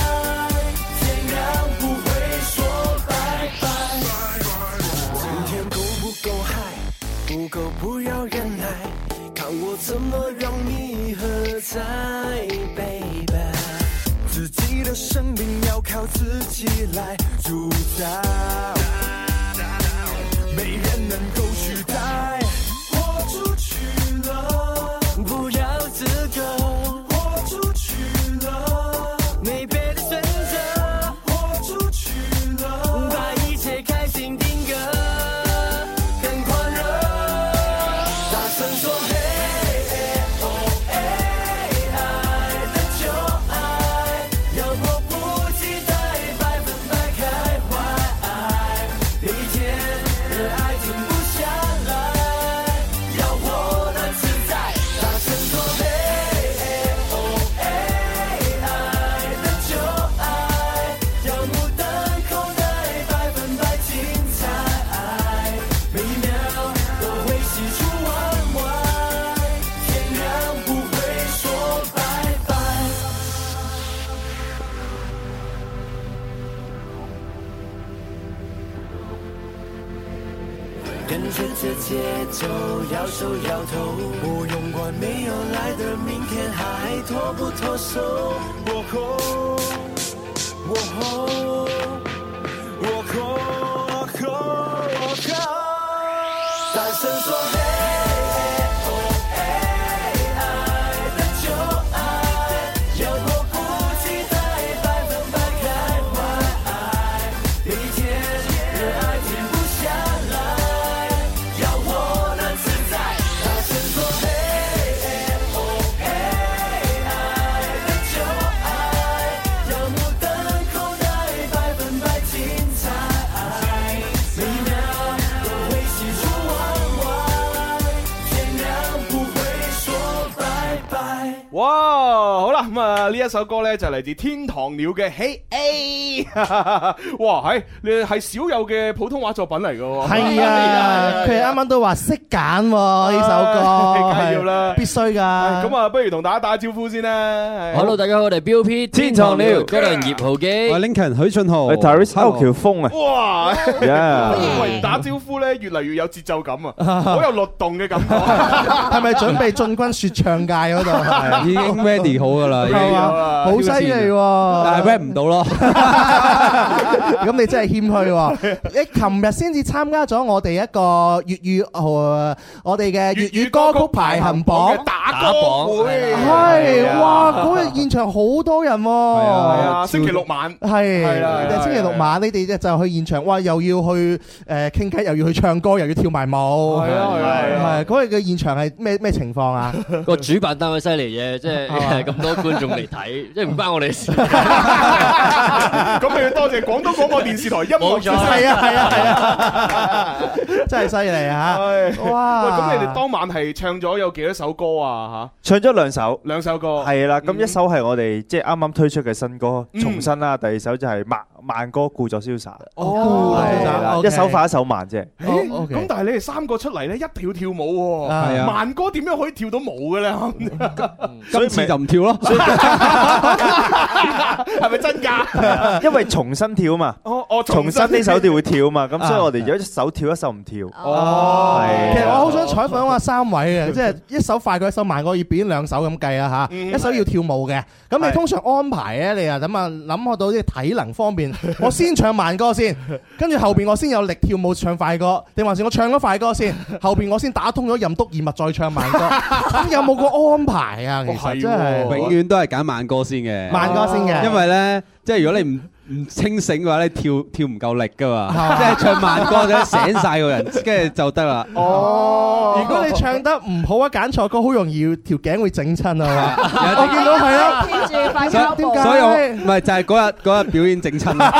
天亮不会说拜拜。今天够不够嗨？不够不要忍耐，看我怎么让你喝彩，baby。自己的生命要靠自己来主宰，没人能够取代。豁出去了，不要资格。豁出去了，没别的选择。豁出去了，把一切开心定格，更狂热。大声说嘿，哦嘿，爱的就爱，要迫不及待，百分百开怀。每一天热爱停不下来。要活得自在，大声说嘿，哦嘿，爱的就爱，要目瞪口呆，百分百精彩，每一秒都会喜出望外，天亮不会说拜拜。跟着这节奏摇手摇头，不用管没有来的明天还脱不脱手。我空，我空，我空，我空，我空。大声说嘿，哦嘿，爱的就爱，要迫不及待，百分百开怀。每一天热爱停不下来，要活得自在，大声说嘿，哦嘿，爱的就爱，要目瞪口呆，百分百精彩，每一秒都会喜出望外，天亮不会说拜拜。
哇，好啦，咁啊呢一首歌呢就嚟自天堂鳥嘅《Hey A》，哇，係你係少有嘅普通話作品嚟嘅喎。
係啊，佢哋啱啱都話識揀喎呢 首
唉
歌，
哎梗係要啦
係必須㗎。
咁啊，不如同大家打招呼先啦。係
Hello，大家好，我哋 BOP 天堂鳥，高亮葉浩基，我 Lincoln 許俊豪
t a r i s 歐橋峰啊，
哇
Yeah
喂，打招呼呢越嚟越有節奏感啊， 好有律動嘅感覺。
係咪準備進軍説唱界嗰度？
已經 ready 好噶啦，已經
係嘛好犀利喎
但係 rap 唔到咯。
咁你真係謙虛喎！你琴日先至參加咗我哋一個粵語呃我哋嘅粵語歌曲排行榜
打歌會
係哇！嗰日現場好多人喎，係
Ờ,
係
à.
啊，星期六晚
係
係啦係啦
星期六晚你哋就去現場，哇！又要去誒傾偈，又要去唱歌，又要跳埋舞，
係啊係啊係啊
係嗰日嘅現場係咩咩情況啊？
個主辦單位犀利嘅，即係咁多觀眾嚟睇，啊 即係唔關我哋事。
咁你要多謝廣東廣播電視台音樂之聲。
係啊係啊係 啊，真係犀利 啊！哇！
喂，咁你哋當晚係唱咗有幾多首歌啊？
唱咗兩首，
兩首歌
係啦，咁一首係我哋即係啱啱推出嘅新歌，重新啦，第二首就係麥慢歌故作瀟灑。
哦
係啦
OK
一手快一手慢啫。
咦
哦
咁但係你哋三個出嚟咧，一跳跳舞喎，
啊係啊
慢歌點樣可以跳到舞嘅咧？
今次就唔跳咯，
係咪真 㗎？
因為重新跳嘛。
哦哦
重新呢首跳會跳嘛，咁所以
啊
我哋有一手跳一手唔跳。
哦
係
其實我好想採訪下三位 嘅，即係一首快歌，一首慢歌，要表演兩首咁計啦嚇。
嗯
一首要跳舞嘅，咁你通常安排咧，你啊諗啊諗到啲體能 方面，我先唱慢歌先，跟住後邊我先有力跳舞唱快歌，定還是我唱咗快歌 先，後邊我先打通咗任督二脈再唱慢歌。咁有冇個安排啊？其
哦
實真係
永遠都係揀慢歌先嘅，
慢歌先嘅
因為咧，即係如果你唔唔清醒嘅話咧，跳跳唔夠力噶嘛，
啊
即係唱慢歌就醒晒 個人，跟住就得啦。
哦，如果你唱得唔好啊，揀錯歌，好容易要條頸會整親啊！
有
我見到係 啊，
跳住快
所以
跑步
點解
所以我唔係就係嗰日嗰日表演整親啦。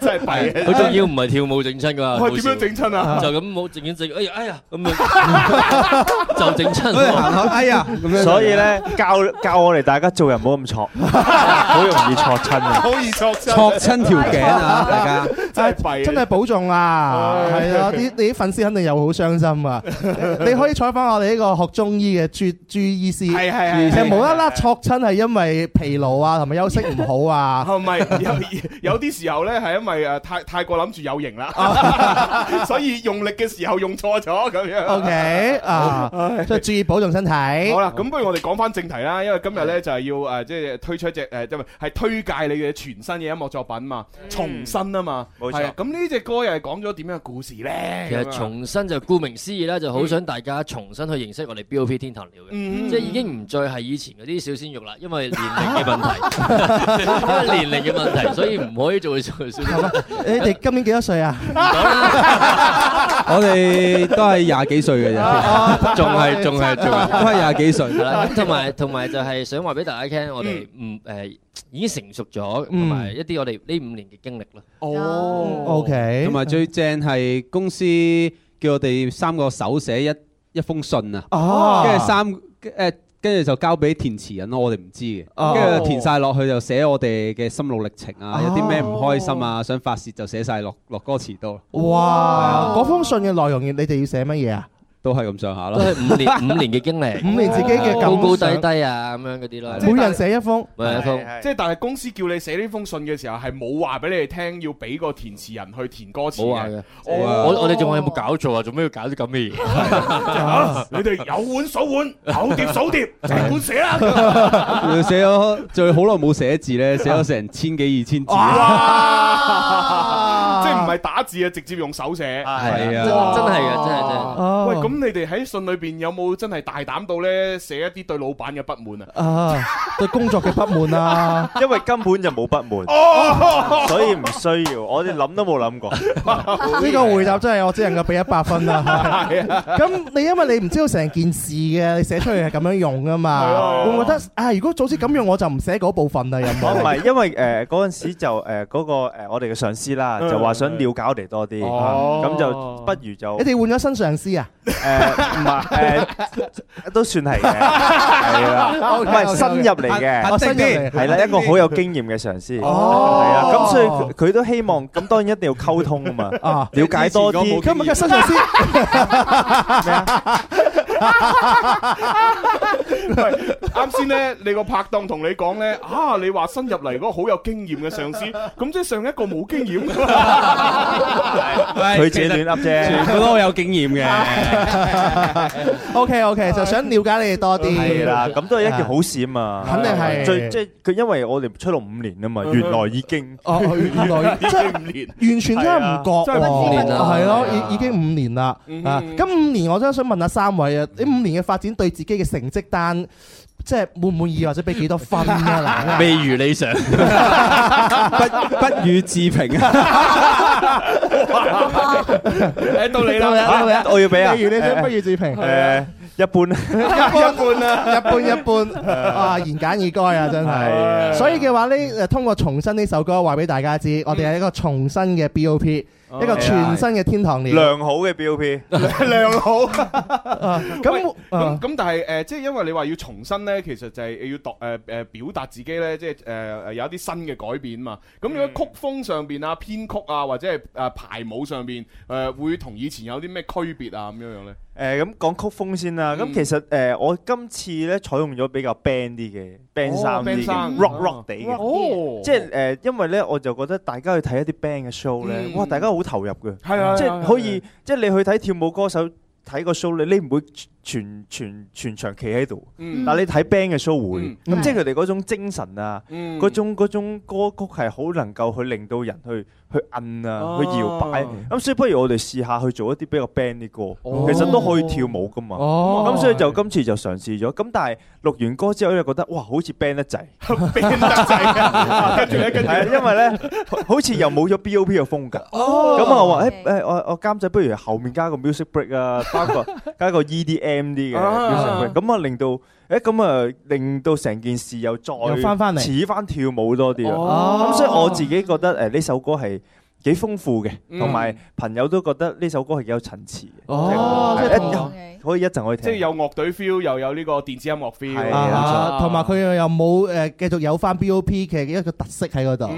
真係弊
佢仲要唔係跳舞整親 㗎，
喂
到時
點樣整親啊
就咁冇整整，哎呀哎呀咁 樣 就整親。
所以咧教教我哋大家做人唔好咁挫，好容易挫親啊！
好易挫親
挫親條頸啊！ 大家
真係弊，
真係保重啊！
唉
係啊，啲你啲粉絲肯定又好傷 心啊！你可以採訪我哋呢個學中醫嘅朱朱醫師，
係係係
其
係
實無啦啦挫親係因為疲勞啊，同埋休息唔好啊。
哦係咪有 有啲時候咧係因為誒太太過諗住有型啦， 所以用力嘅時候用錯咗咁樣。
O K 啊，即係注意保重身體。
好啦，咁不如我哋講翻正題啦，因為今日咧就係要呃誒，即係推出一隻呃誒，即係係推介你嘅全新嘅音樂作品嘛，重新啊嘛，
嗯冇錯
係啊咁呢只歌又係講咗點樣嘅故事咧？
其
咁
實
啊
重新就顧名思義啦，就好想大家重新去認識我哋 BOP 天堂了嘅，
嗯
即係已經唔再係以前嗰啲小鮮肉啦，因為年齡嘅問題，因 為年齡嘅問題，所以唔可以做小鮮肉。
你哋今年幾多歲啊？
我哋都係廿幾歲嘅啫，
仲係仲係仲係
都係廿幾歲。
係 啦，咁同埋同埋就係想話俾大家聽，我哋唔誒已經成熟咗，同埋一啲我哋呢五年嘅經歷啦。
哦
OK
同埋最正係公司叫我哋三個手寫一一封信
哦
啊，跟住三誒。跟住就交俾填詞人咯，我哋唔知
哦
嘅。跟住填晒落去就寫我哋嘅心路歷程啊，有啲咩唔開心啊，想發泄就寫晒落落歌詞度，
哇！嗰封信嘅內容，你哋要寫乜嘢啊？
都係咁上下咯。
都係五 年五年嘅經歷，
五年自己嘅感
高高低
想
低啊，咁樣嗰啲咯。
每人寫一封，
每一封。
即係但係公司叫你寫呢封信嘅時候，係冇話俾你哋聽要俾個填詞人去填歌詞
冇話嘅，
哦
我我哋仲話有冇搞錯啊？做咩要搞啲咁嘅
啊
嘢？
你哋有碗數碗，有碟數碟，成碗寫啊啦。
寫咗最好耐冇寫字咧，寫咗成千幾二千字。
即係唔係打字啊，直接用手寫。
係啊
哇
真真係
嘅真係真
係
喂，咁你哋喺信裏邊有冇真係大膽到咧寫一啲對老闆嘅不滿啊？
啊， 對工作嘅不滿 啊，
因為根本就冇不滿，
哦
所以唔需要，我哋諗都冇諗過。
呢個回答真係我只能夠俾一百分啦。
係啊
咁你因為你唔知道成件事嘅，你寫出嚟係咁樣用噶嘛？會唔會覺得啊？如果早知咁樣，我就唔寫嗰部分啦。有
我 哦唔
冇？
係，因為誒嗰陣時就誒嗰個誒我哋嘅上司啦，
嗯
就話想了解我哋多啲，
哦
咁就不如就
你哋換咗新 上司啊？
誒唔係誒都算係嘅，係啦，唔
OK，
係
OK，OK
新入嚟
啊
嘅，
新入嚟
係啦，一個好有經驗嘅上司，係
哦
啊，咁所以佢佢都希望，咁當然一定要溝通啊嘛，
啊，
了解多啲，
今日嘅新上司，
啱先咧，你個拍檔同你講咧，啊，你話新入嚟嗰個好有經驗嘅上司，咁即係上一個冇經驗㗎嘛。
佢自己亂噏啫，
全部都好有經驗嘅。
OK OK，就想了解你哋多啲。
係啦，咁都係一件好事啊嘛，
肯定係
最即係佢因為我哋出到五年啊嘛，原來已經
哦，原來即係完全真係唔覺
係啊真係
喎，
五年啦
係咯，
係啊
已已經五年啦。
嗯
啊，咁五年我真係想問下三位啊，你五年嘅發展對自己嘅成績單，即係滿唔滿意或者俾幾多分 啊？嗱
未如理想，
不不予置評啊！
誒，到你
到你啦到你啦
啦，
我要俾啊不如你想不如
誒
自評
係啊
一般，
一般一般啊，言簡意賅啊，真
係啊
係。所以嘅話呢，誒通過重新呢首歌話俾大家知，我哋係一個重新嘅 BOP，一個全新嘅天堂鳥。
良好嘅 BOP，
良好。
啊
咁
咁咁，但係誒，呃即係因為你話要重新咧，其實就係要度誒誒表達自己咧，即係誒誒有一啲新嘅改變嘛。咁如
嗯
果曲風上邊啊、編曲啊，或者係誒排舞上邊誒，會同以前有啲咩區別啊咁樣樣咧？
誒咁講曲風先
嗯
啦，咁其實誒我今次咧採用咗比較 band 啲嘅 band 衫
哦，band
啲
衫
嘅 rock rock 地嘅，
哦
即係誒因為咧我就覺得大家去睇一啲 band 嘅 show 咧，哇大家好投入嘅，
嗯係啊
即
係啊
係可以即係你去睇跳舞歌手睇個 show 你你唔會全全全場企喺度，
嗯
但你睇 band 嘅 show 會，
嗯
咁即係佢哋嗰種精神啊，
嗯
嗰種嗰種歌曲係好能夠去令到人去去摁啊，去搖擺
哦。
咁所以不如我哋試下去做一啲比較 band 啲歌，其實都可以跳舞噶嘛。
哦
咁所以就今次就嘗試咗。咁但係錄完歌之後咧，覺得哇，好似 band 得滯。Ờ,
跟住咧，跟住
係因為咧，好似又冇咗 B.O.P 嘅風格。
哦
咁啊，我話誒誒，我我監製不如後面加個 music break 啊，包括加個 E.D.M 啲嘅
啊
music break。咁啊，令到誒咁啊，令到成件事又再
又返返嚟
似翻跳舞多啲
哦
啊。咁所以我自己覺得誒呢首歌係。幾豐富嘅，
嗯
同埋朋友都覺得呢首歌係幾有層次嘅。
哦
係
即係
一
同
可以一陣可以
即係
聽。
有樂隊 feel，又有呢個電子音樂 feel，
啊，同埋佢又有冇誒繼續有翻 BOP 嘅一個特色喺嗰度，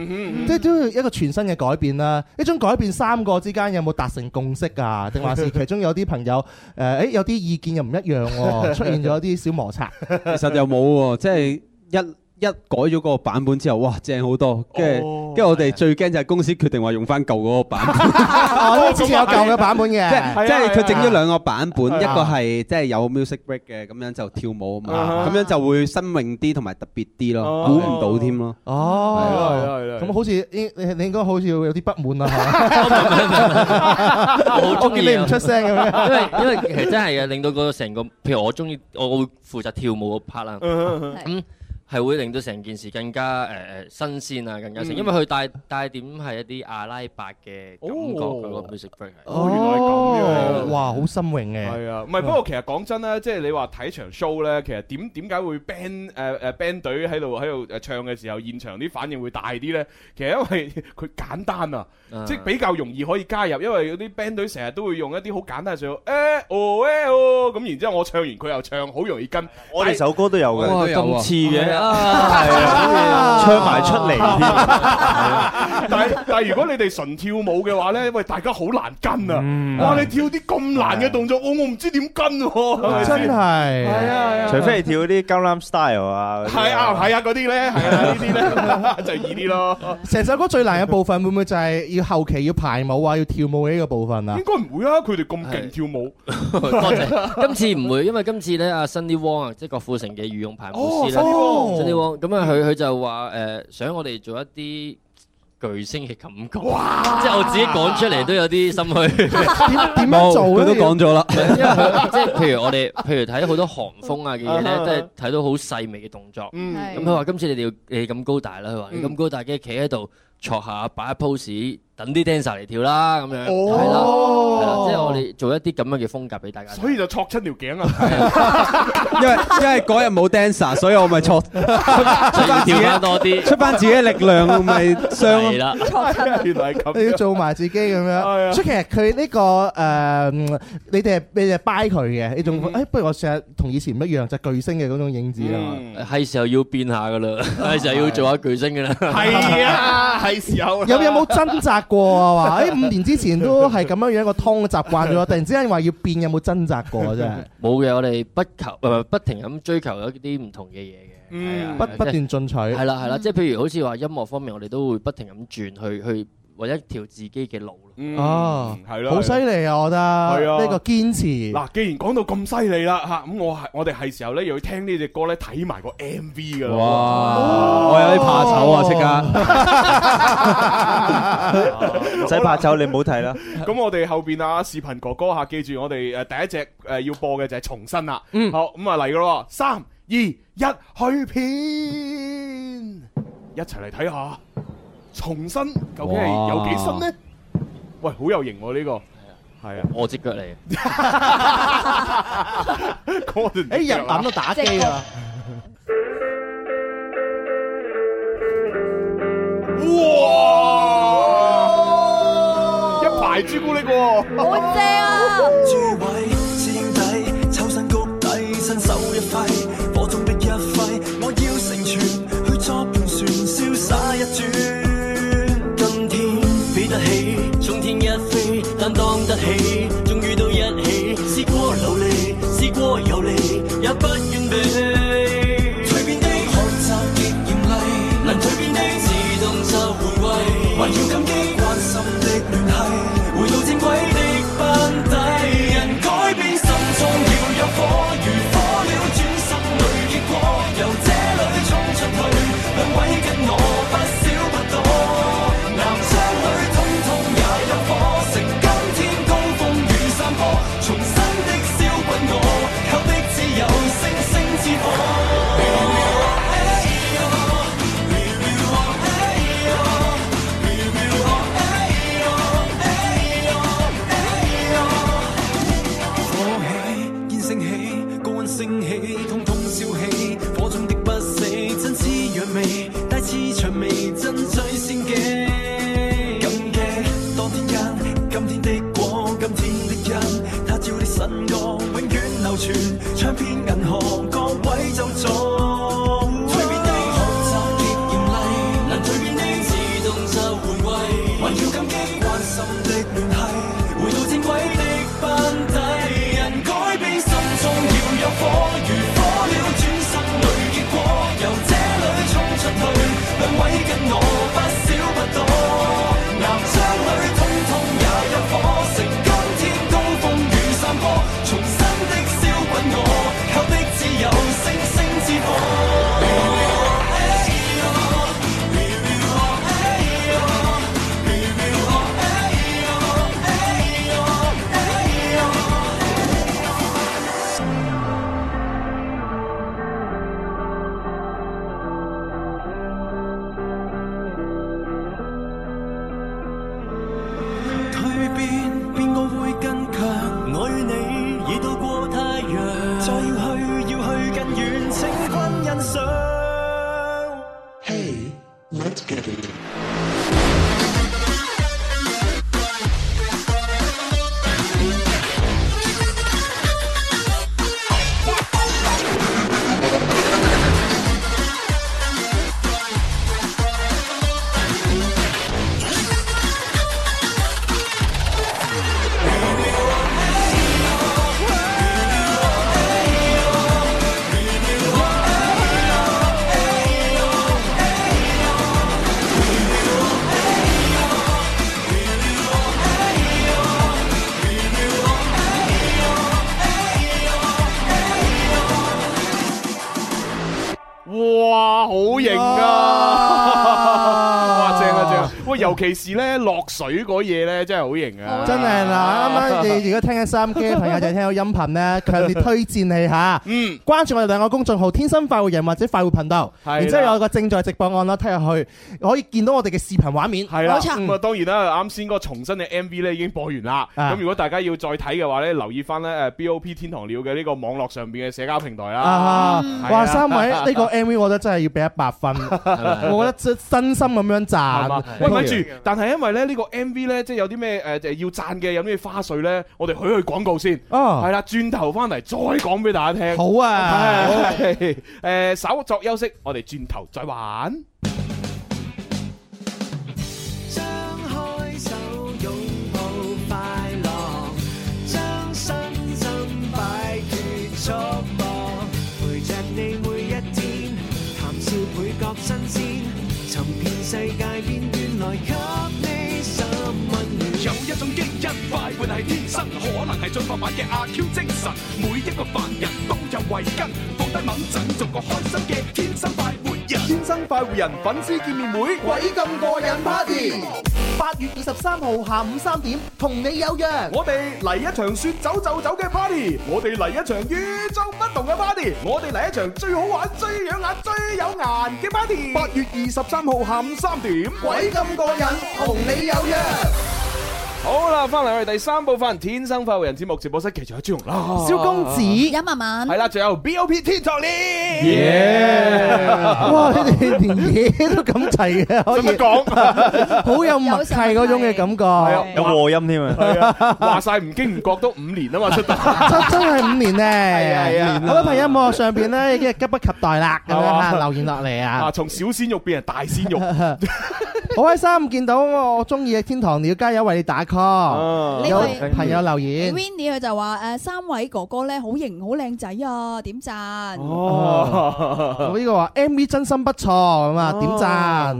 即係都要一個全新嘅改變啦。呢種改變三個之間有冇達成共識啊？定還是其中有啲朋友呃誒誒有啲意見又唔一樣喎，出現咗啲小摩擦。
其實又冇喎，即係一一改咗嗰個版本之後，哇，正好多。跟住跟住我哋最驚就係公司決定話用翻舊嗰個版 本。
哦，因為之前有舊嘅版本嘅，
即係佢整咗兩個版本，一
係啊
個係即係有 music break 嘅，咁樣就跳舞啊哦
啊
嘛，咁樣就會新穎啲同埋特別啲咯，估唔到添咯。
哦，
係啦係啦係啦
咁好似應你你應該好似會有啲不滿 啊，
我
我見你唔出聲咁樣
因為因為其實真係嘅，令到個成個，譬如我中意，我我會負責跳舞嗰 part 啦。
嗯
咁係會令到成件事更加誒誒新鮮啊，更加成，
嗯
因為佢帶帶點係一啲阿拉伯嘅感覺佢個 music break 係。
哦原來係咁
哦
樣
哇，好心榮嘅，
係啊，唔係不過其實講真啦，即係你話睇場 show 咧，其實點點解會 band 誒誒 band 隊喺度喺度誒唱嘅時候，現場啲反應會大啲咧？其實因為佢簡單啊
啊，
即係比較容易可以加入，因為嗰啲 band 隊成日都會用一啲好簡單嘅上誒哦誒哦咁，然之後我唱完佢又唱，好容易跟。
我哋首歌都有嘅，
哇咁似
嘅，
啊
係啊，唱埋出嚟添。
但係但係如果你哋純跳舞嘅話咧，喂大家好難跟
嗯
啊！哇，你跳啲咁難嘅動作，我我唔知點跟喎，哦
哦
係咪先
真係
係啊係啊，
除非你跳嗰啲 Gangnam Style 啊，嗰啲
係啊，係啊，嗰啲咧，係啊，呢 啲咧就易啲咯。
成首歌最難嘅部分會唔會就係要後期要排舞啊，要跳舞嘅呢個部分啊
應？該唔會啊，佢哋咁勁跳 舞，
多謝。今次唔會，因為今次咧阿 Sunny Wong 啊，即係郭富城嘅御用排舞師咧。
哦，Sunny
Sunny Wong 咁啊，佢佢就話誒想我哋做一啲巨星嘅感覺。即係我自己講出嚟都有啲心虛。
點樣做咧
佢都講咗啦。
因為佢即係譬如我哋，譬如睇好多韓風啊嘅嘢
啊哈
咧，即係睇到好細微嘅動作。
嗯
咁佢話今次你哋要你咁高大啦，佢話你咁高大嘅企喺度坐下擺一 pose，等啲 dancer 嚟跳啦咁樣，
哦
係啦，係啦，即係我哋做一啲咁樣嘅風格俾大家睇。
所以就戳親條頸啊！
因為因為嗰日冇 dancer，所以我咪 錯出翻
跳翻多啲，
出翻自己嘅力量咪傷
係啦。
原來係咁
你要
樣。
做埋自己咁樣，所以其實佢呢個誒，你哋係你哋係掰佢嘅，你仲誒，不如我成日同以前唔一樣，就巨星嘅嗰種影子啊嘛。
係時候要變下噶 啦，係時候要做下巨星噶啦。
係啊，係時候啦。
有有冇掙扎過啊？ 話喺五年之前都係咁樣樣個通習慣咗，突然之間話要變，有冇掙扎 過啊？真係
冇嘅，我哋不求誒不停咁追求一啲唔同嘅嘢嘅。
不不斷進取。
係
係
啦係啦，即係譬如好似話音樂方面，我哋都會不停咁轉去去揾一條自己嘅路咯。
哦，
嗯係咯
好犀利啊！我覺得
啊
呢個堅持。
嗱，既然講到咁犀利啦嚇，咁我係我哋係時候咧，又要聽呢只歌咧，睇埋個 MV 噶啦。
哇！我有啲怕醜啊，即 刻。
唔使怕醜，你唔好睇啦。
咁我哋後邊啊，視頻哥哥嚇，記住我哋誒第一隻誒要播嘅就係重新啦。
嗯
好，咁啊嚟噶咯，三二一，去片，一齊嚟睇下重新究竟係有幾新呢？喂，好有型喎呢個，係
啊，我只腳嚟 嘅。
哎，人諗到打機啊！
哇！一排朱古力喎，
好正啊！
諸位師兄弟，抽身谷底，伸手一揮，火中的一揮，我要成全，去作盤旋，瀟灑一轉。
今天飛得起，沖天一飛，擔當得起，終於都一起。試過努力，試過有力，也不願避。
蛻變的學習極嚴厲，能蛻變的自動就換位，還要感激關心的聯繫，回到正軌的班底。人改變心中要有火，如火了轉心裏結果，由這裏衝出去，兩位跟我不少不多，南窗裏通通也有火，乘今天高峰與山坡，重新的燒滾我，靠的只有星星之火。
火起，煙升起，高温升起，通通燒起，火中的不死，真滋養味，帶刺薔薇，真最先機。感激當天因，今天的果，今天的因，他朝的新歌永遠流傳，唱片銀行各位就做。
蛻變的學習極嚴厲，能蛻變的自動就換位，還要感激關心的聯繫，回到正軌的班底。人改變心中要有火，如火了轉心裏結果，由這裏衝出去，兩位跟我不少不多，南窗裏通通也有火，乘今天高峰與山坡，重新的燒滾我，靠的只有星星之火。蜕變，邊個會更強？
我與你已到過太陽，
再要去，要去更遠，請君欣賞。Hey, let's get it.
哇，好型啊！ 哇，正啊正啊！喂，尤其是咧落水嗰嘢咧，真係好型啊！
真係 嗱，啱啱你如果聽緊收音機嘅朋友就聽到音頻咧，強烈推薦你吓，
嗯，
關注我哋兩個公眾號《天生快活人》或者《快活頻道》，
係啦
然之後有個正在直播按啦，睇入去可以見到我哋嘅視頻畫面，
系啦，咁啊當然啦，啱先嗰個重新嘅 MV 咧已經播完啦。
啊
咁如果大家要再睇嘅話咧，留意翻咧誒 BOP 天堂鳥嘅呢個網絡上邊嘅社交平台啦
啊。！
係
哇，
啊
三位呢 個 MV 我覺得真係要俾一百分，
咪
我覺得真真心咁樣
係
讚
嘛。喂，咪住！但係因啊為咧呢個 MV 咧，即係有啲咩誒要讚嘅，有啲咩花絮咧，我哋去去廣告先。
哦
係啦，轉頭翻嚟再講俾大家聽。
好啊
係，係係誒稍作休息，我哋轉頭再玩。
張開手擁抱快樂，將身心擺脱束縛，陪着你每一天，談笑倍覺新鮮，尋遍世界邊緣來給你心溫暖。
有一種基因快活係天生，可能係進化版嘅阿 Q 精神。每一個凡人都有慧根，放低猛陣做個開心嘅天生快活人。
天生快活人粉絲見面會，鬼咁過癮 party，
八月二十三號下午三點，同你有約。
我哋嚟一場說走就走嘅 party，我哋嚟一場與眾不同嘅 party，我哋嚟一場最好玩、最養眼、最有顏嘅 party。八月二十三號下午三點，
鬼咁過癮同你有約
好
好啦，翻嚟我哋第三部分《天生快活人》節目直播室，其實有朱紅啦，
尹文文，
係啦，仲有 B.O.P. 天堂呢。
Yeah！哇！你哋連嘢都咁 齊嘅，可以講， 好有默契嗰種嘅感覺。
有和音添
係
啊！
啊，話晒唔經唔覺都五年啊嘛，出 道。
真真係五年
係啊
咧，好多朋友喺網上邊咧已經係急不及待啦，咁樣
係
嚇
嘛
留言落嚟啊！
啊，從小鮮肉變成大 鮮肉，
好開心見到哦我中意嘅天堂鳥加油為你打 call，
哦
呢
有
位
朋友留言。
Winnie 佢就話誒三位哥哥咧好型好靚仔啊，點讚。
哦，我呢個話 MV 真心不錯咁啊，點讚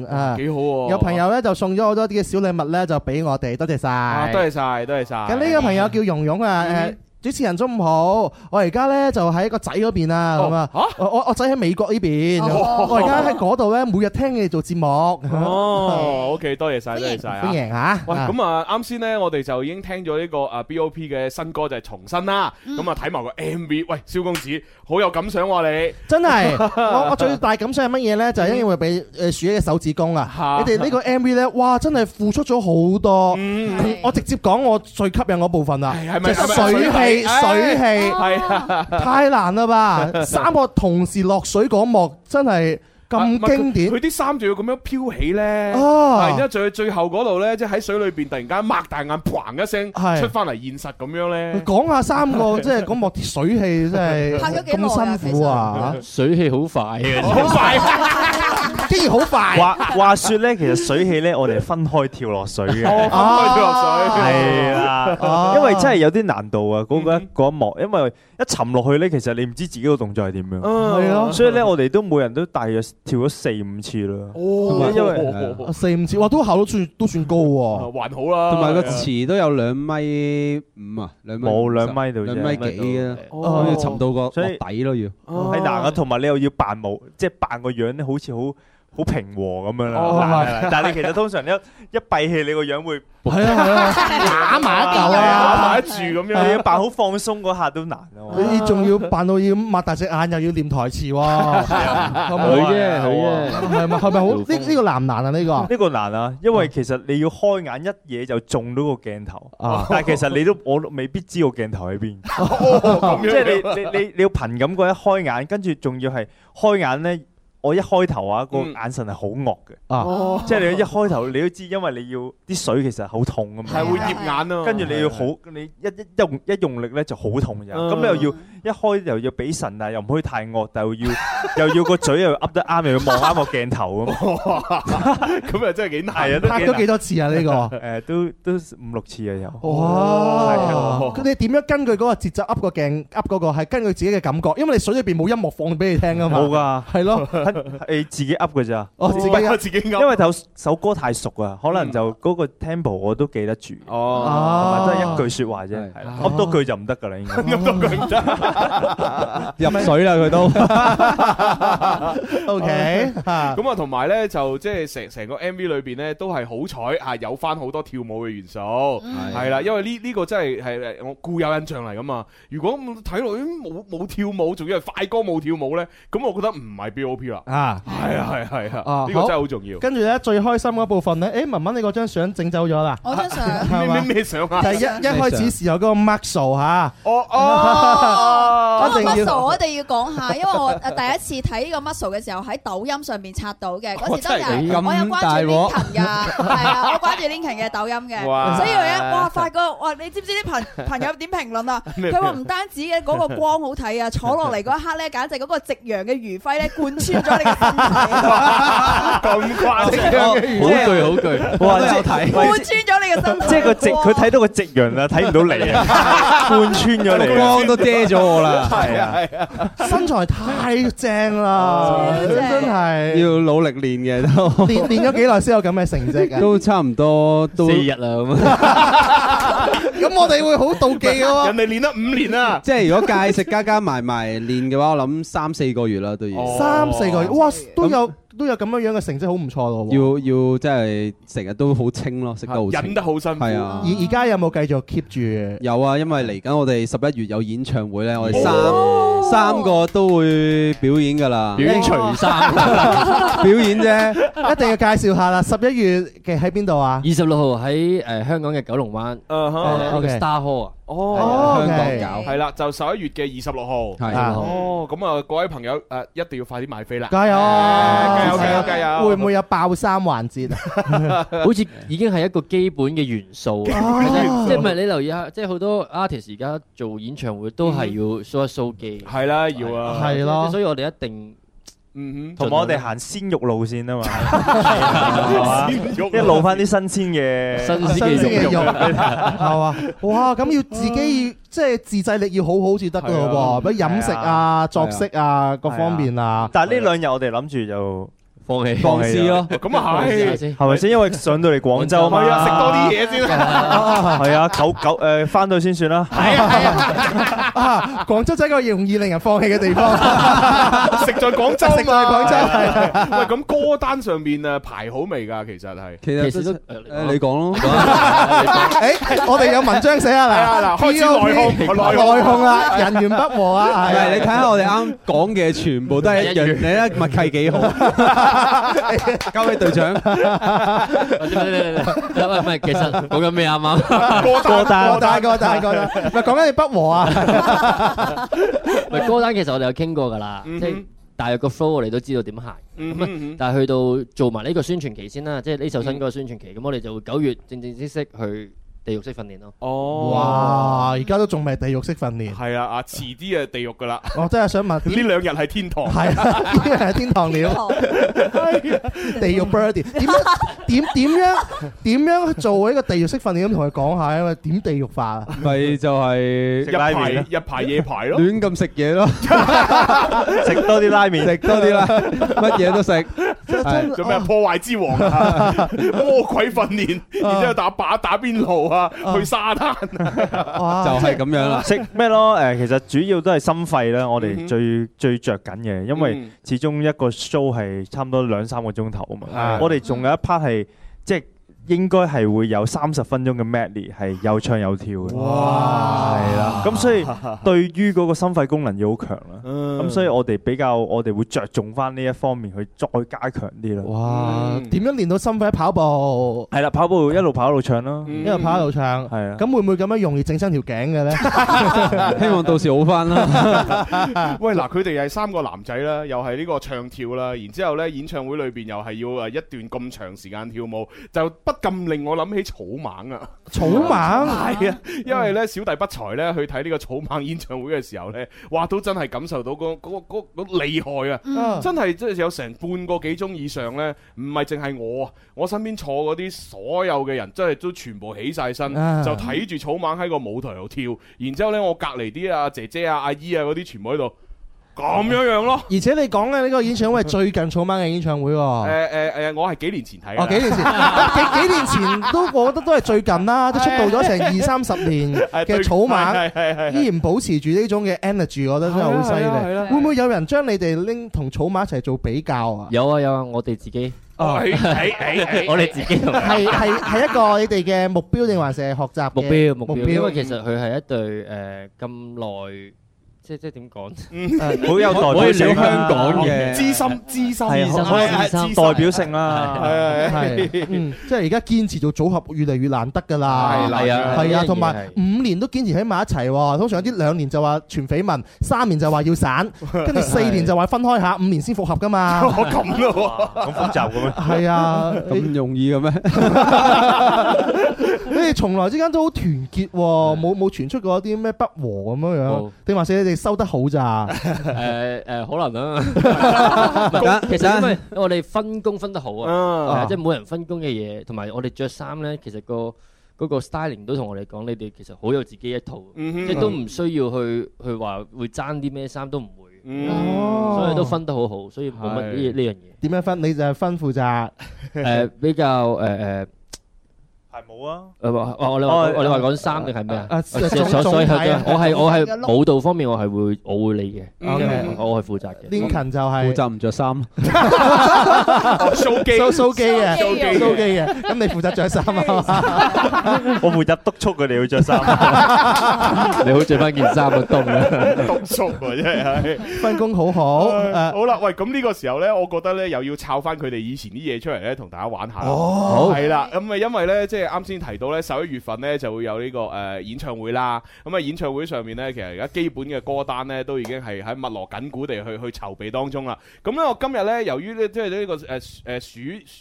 啊，
哦幾好喎
有朋友咧就送咗好多啲嘅小禮物咧，就俾我哋，多謝
啊
晒，
多謝晒，多謝晒。
咁呢個朋友叫蓉蓉啊，誒。主持人中午好，我而家咧就喺個仔嗰邊啊，咁啊，我我我仔喺美國呢邊，啊
哦
我而家喺嗰度咧，每日聽你哋做節目。啊
哦，OK，多謝晒，多謝晒啊！
歡迎啊
喂，
啊
咁啊，啱先咧，我哋就已經聽咗呢個啊 B.O.P 嘅新歌就係重新啦。咁啊，睇埋個 M.V，喂，蕭公子好有感想喎你。
真係，我我最大感想係乜嘢咧？就係因為俾誒鼠嘅手指公啊！你哋呢個 MV 咧，哇，真係付出咗好多。嗯我直接講我最吸引嗰部分啦，
係咪
就係
係咪哎
水氣水氣，
係啊，
太難 啦吧！三個同時落水嗰幕真係咁經典。
佢啲衫仲要咁樣飄起咧，
哦
啊然之後最最後嗰度咧，即係喺水裏邊突然間擘大眼，砰一聲
係
出翻嚟現實咁樣咧。
講下三 個，即係嗰幕啲水氣真係
拍咗幾耐啊
咁辛苦啊！
水氣好快嘅，
好快，竟然好快。
話話説咧，其實水氣咧，我哋係分開跳落水嘅。
哦分開跳落水
係
哦
啦，因為真係有啲難度啊！嗰個一嗰一幕，因為一沉落去咧，其實你唔知自己個動作係點樣。哦
嗯係咯
所以咧，我哋都每人都大約跳咗四五次啦。啊
哦
因為
四五次，哇，都效率算都算高喎。
還好啦
同埋個池都有兩米五啊，兩米
冇
五十
兩米度啫
兩米幾啊，
哦
咁要沉到個
所
個
以
底咯要。
哦
係難啊，同埋你又要扮冇，即係扮個樣咧，好似好好平和咁樣
哦
啦。
係
但係你其實通常你一一閉氣，你個樣會
係啊係啊， 打埋一嚿啊，
打埋一住咁樣
你要扮好放鬆嗰下都難啊。
你仲要扮到要擘大隻眼，又要念台詞喎。
佢啫佢啫
係咪係咪好？呢呢個難唔難啊？呢個
呢個難啊，因為其實你要開眼一嘢就中到個鏡頭，
啊
但係其實你都我都未必知個鏡頭喺邊，
哦
即
咁樣
係你你你你要憑感覺一開眼，跟住仲要係開眼咧。我一開頭啊，個眼神係好惡嘅，
啊
嗯哦
即係你一開頭你都知，因為你要啲水其實好痛噶嘛，
係會澀眼啊
跟住你要好，你一一用一用力咧就好痛嘅，
嗯
咁你又要一開又要俾神啊，又唔可以太惡，但又要 又要個嘴又要噏得啱，又要望啱個鏡頭咁。
咁啊真係幾難
係啊，都
拍咗幾多次啊？呢個
誒，都都五六次啊，啊有。Ờ.
哇！佢哋點樣根據嗰個節奏噏個鏡噏嗰個係根據自己嘅感覺，因為你水裏邊冇音樂放俾你聽啊嘛。
冇㗎，
係咯，
係自己噏㗎咋。
哦自己噏
唔係
自己噏
因為首首歌太熟啊，可能就嗰個 tempo 我都記得住。
哦
同埋都係一句説話啫，係啦噏多句就唔得㗎啦，應該。
入水啦佢 都。
O K，
咁啊，同埋咧就即係成成個 M V 裏邊咧都係好彩啊，有翻好多跳舞嘅元素，係啦，因為呢呢個真係係我固有印象嚟噶嘛。如果咁睇落咦冇冇跳舞，仲要係快歌冇跳舞咧，咁我覺得唔係 B O P 啦。
啊，
係啊係啊係啊
啊，
呢個真係
好
好重要。
跟住咧最開心嗰部分咧，誒文文你嗰張相整走咗啦。
我張相
係嘛
咩咩咩相啊？
就係一一
Dạ.
開始時候嗰個 muscle 嚇，
哦
哦，
一
嗰個
定
muscle
要
我一定要講下，因為我 誒第一次睇呢個 muscle 嘅時候喺抖音上面刷到嘅，嗰時真係
哦真係
我有關
咁大
注
鑊
Linkin 㗎，係啊，我關注 Linkin 嘅抖音嘅，
哇
所以咧，哇，發覺哇，你知唔知啲朋朋友點評論啊？
咩
佢話唔單止嘅嗰個光好睇啊，坐落嚟嗰一刻咧，簡直嗰個夕陽嘅餘暉咧貫穿咗你嘅身
咁誇
張
好句好句，
哇！
真係
貫
睇
穿咗你嘅身體，
即係個 夕，佢睇到個夕陽啦，睇唔到你啊，貫穿咗你啊，
個光都遮咗我啦
係啊，
係啊，
身材太正啦，
Ờ.
真係
要努力練嘅都。
練練咗幾耐先有咁嘅成績啊？
都差唔多都四日啦咁。
咁我哋會好妒忌嘅喎。
人哋練得五年啊！
即係如果
哦
戒食加加埋埋練嘅話，我諗三四個月啦都要。
三四個月，哇，都有都有咁樣樣嘅成績，好唔錯咯喎。
要要真係成日都好清咯，食得好清，
忍得
好辛苦
係啊，
而而家有冇繼續 keep 住？
有啊，因為嚟緊我哋十一月有演唱會咧，我哋三三個都會表演噶啦，
表演除 衫
表演啫。
哎一定要介紹下啦！十一月嘅喺邊度啊？
二十六號喺誒香港嘅九龍灣
Uh-huh。
誒呢個 Star Hall 啊，
哦
係啊香港
系啦，就十一月嘅二十六號。
係
哦，咁啊，各位朋友誒，一定要快啲買飛啦！
加油啊！
誒加油！加油！加油！
會唔會有爆衫環節啊？
好似已經係一個基本嘅元素啊！即係唔係你留意下，即係好多 artist 而家做演唱會都係要 show 一 show 肌，
係啦，要啊
係咯
所以我哋一定
嗯
同埋我哋行鮮肉路線啊嘛，係嘛
鮮肉
一路翻啲新鮮嘅
嘅 肉係嘛？哇！咁要自己即係自制力要好好至得噶咯喎，比如飲食啊、作息啊各方面啊。
但係呢兩日我哋諗住就
放棄
放肆咯
咁啊係
係咪先？因為上到嚟廣州嘛，
係啊，食多啲嘢先啦。
係啊，九九誒翻到去先算啦。
啊！廣州真係一個容易令人放棄嘅地方。
食在廣州
食在廣州係啊
喂，咁歌單上面誒排好未㗎？其實係，
其實都呃誒你講咯，
誒，我哋有文章寫啊
係啊
嗱，
嗱開始內訌內訌
內控啦，人緣不和啊，
唔
係啊
係你睇下我哋啱講嘅全部都係一樣，你咧默契幾好， 交俾隊長。
唔係其 實講緊咩啱啱？
過大過大過大過大，唔係講緊你不和啊，
唔係歌單其實我哋有傾過㗎啦，即係大約個 flow 我哋都知道點行。
嗯
咁啊但係去到做埋呢個宣傳期先啦，即係呢首新歌嘅宣傳期，咁我哋就會九月正正式式去地獄式訓練咯。
哇！而家都仲未地獄式訓練，
係啊，啊遲啲啊地獄㗎啦。
我真係想問
呢兩日係天堂。
係啊，呢個係天堂鳥，地獄 bird 點樣點點樣點樣做呢個地獄式訓練咁同佢講下，因為點地獄化啊？
咪就係
日排日排夜排咯，
亂咁食嘢 咯，
食多啲拉麵，
食多啲啦，乜嘢 都食。係
做咩破壞之王 啊？魔鬼訓練，
啊
然之後打靶打邊爐啊，去沙灘 啊，
係咁 樣啦
食咩咯？誒，其實主要都係心肺啦，我哋最最著緊嘅，因為
嗯
始終一個 show 係差唔多兩三個鐘頭啊嘛
係。
我哋仲有一 part 係即係應該係會有三十分鐘嘅 medley 係有唱有跳嘅。哇！係啦，咁所以對於嗰個心肺功能要好強啦。咁所以我哋比較我哋會着重翻呢一方面去再加強啲啦。
哇！點樣練到心肺跑步？
係啦，跑步一路跑一路唱咯，
一路跑一路唱，
係啊。
咁會唔會咁樣容易整親條頸嘅咧？
希望到時好翻
啦。喂，嗱，佢哋係三個男仔啦，又係呢個唱跳啦，然之後咧演唱會裏邊又係要誒呃一段咁長時間跳舞，就不禁令我諗起草蜢啊！
草蜢
係啊，因為咧小弟不才咧去睇呢個草蜢演唱會嘅時候咧，哇，都真係感受到嗰嗰嗰嗰厲害啊！
嗯
真係即係有成半個幾鐘以上咧，唔係淨係我，啊，我身邊坐嗰啲所有嘅人，真係都全部起晒身，
啊
就睇住草蜢喺個舞台度跳，然之後咧我隔離啲啊姐姐啊阿姨啊嗰啲全部喺度咁
哦
樣樣咯。
而且你講嘅呢個演唱會係最近草蜢嘅演唱會
誒
喎。
誒誒，我係幾年前睇嘅。啊
哦，幾年 前，幾幾年前都，我覺得都係最近啦，都出道咗成二三十年嘅草
係係係
蜢，
係
依然保持住呢種嘅 energy，我覺得真係好犀
係啊係啊係啊
利。會唔會有人將你哋拎同草蜢一齊做比較啊？
有啊有啊，我哋自己，
哦
係係係係 我哋自己同
係係係一個你哋嘅目標定還是係學習嘅
目標目標，因為其
實
實佢係一對誒咁耐，即即係點
啊
講？
好有代表性啦
資深資深
係啊好有代表性啦，
係嗯，即係而家堅持做組合越嚟越難得㗎啦。
係啦係啊
係
呢樣
啊，
嘢
同埋五年都堅持喺埋一齊喎。通常有啲兩年就話傳緋聞，三年就話要散，跟住四年就話分開下，五年先復合㗎嘛。
哦
咁咯
咁複雜嘅咩？
係啊，
咁容易嘅咩？
你哋從來之間都好團結喎，冇冇傳出過一啲咩不和咁樣樣
冇，
定還是你哋收得好咋？
誒誒，可能啊。唔係其實因為我哋分工分得好
啊，
係啊
啊
即係每人分工嘅嘢，同埋我哋着衫咧，其實個嗰個 styling 都同我哋講，你哋其實好有自己一套，
嗯
即
哼
係都唔需要去去話會爭啲咩衫都唔會，
哦
所以都分得好好，所以冇乜呢呢樣嘢。
點樣分？你就係分負責
誒比較誒誒
係冇啊。
誒話話我哋話
哦
我哋話講衫定係咩啊？
啊
啊
啊
所
總
所以
總
係
體啊
我係我
總體嘅
係
look
舞蹈方面我係會我會理嘅
OK
我我係負責嘅。
Lincoln 就係
負責唔着衫。
掃機
掃掃機嘅，
掃機嘅
掃機嘅。咁你負責着衫啊？
我每日督促佢哋要着衫。
你好着翻件衫啊，凍啊！
讀熟啊，真係。
分工好好。呃
唉
誒
好啦，喂，咁呢個時候呢，我覺得呢又要抄翻佢哋以前啲嘢出嚟呢，同大家玩下啦。
哦好
係啦，咁啊，因為呢，即係啱先提到呢，十一月份呢就會有呢個誒演唱會啦。咁啊，演唱會上面呢，其實而家基本嘅歌單呢，都已經係喺密羅緊鼓地去去籌備當中啦。咁呢，我今日呢，由於呢，即係呢個誒誒暑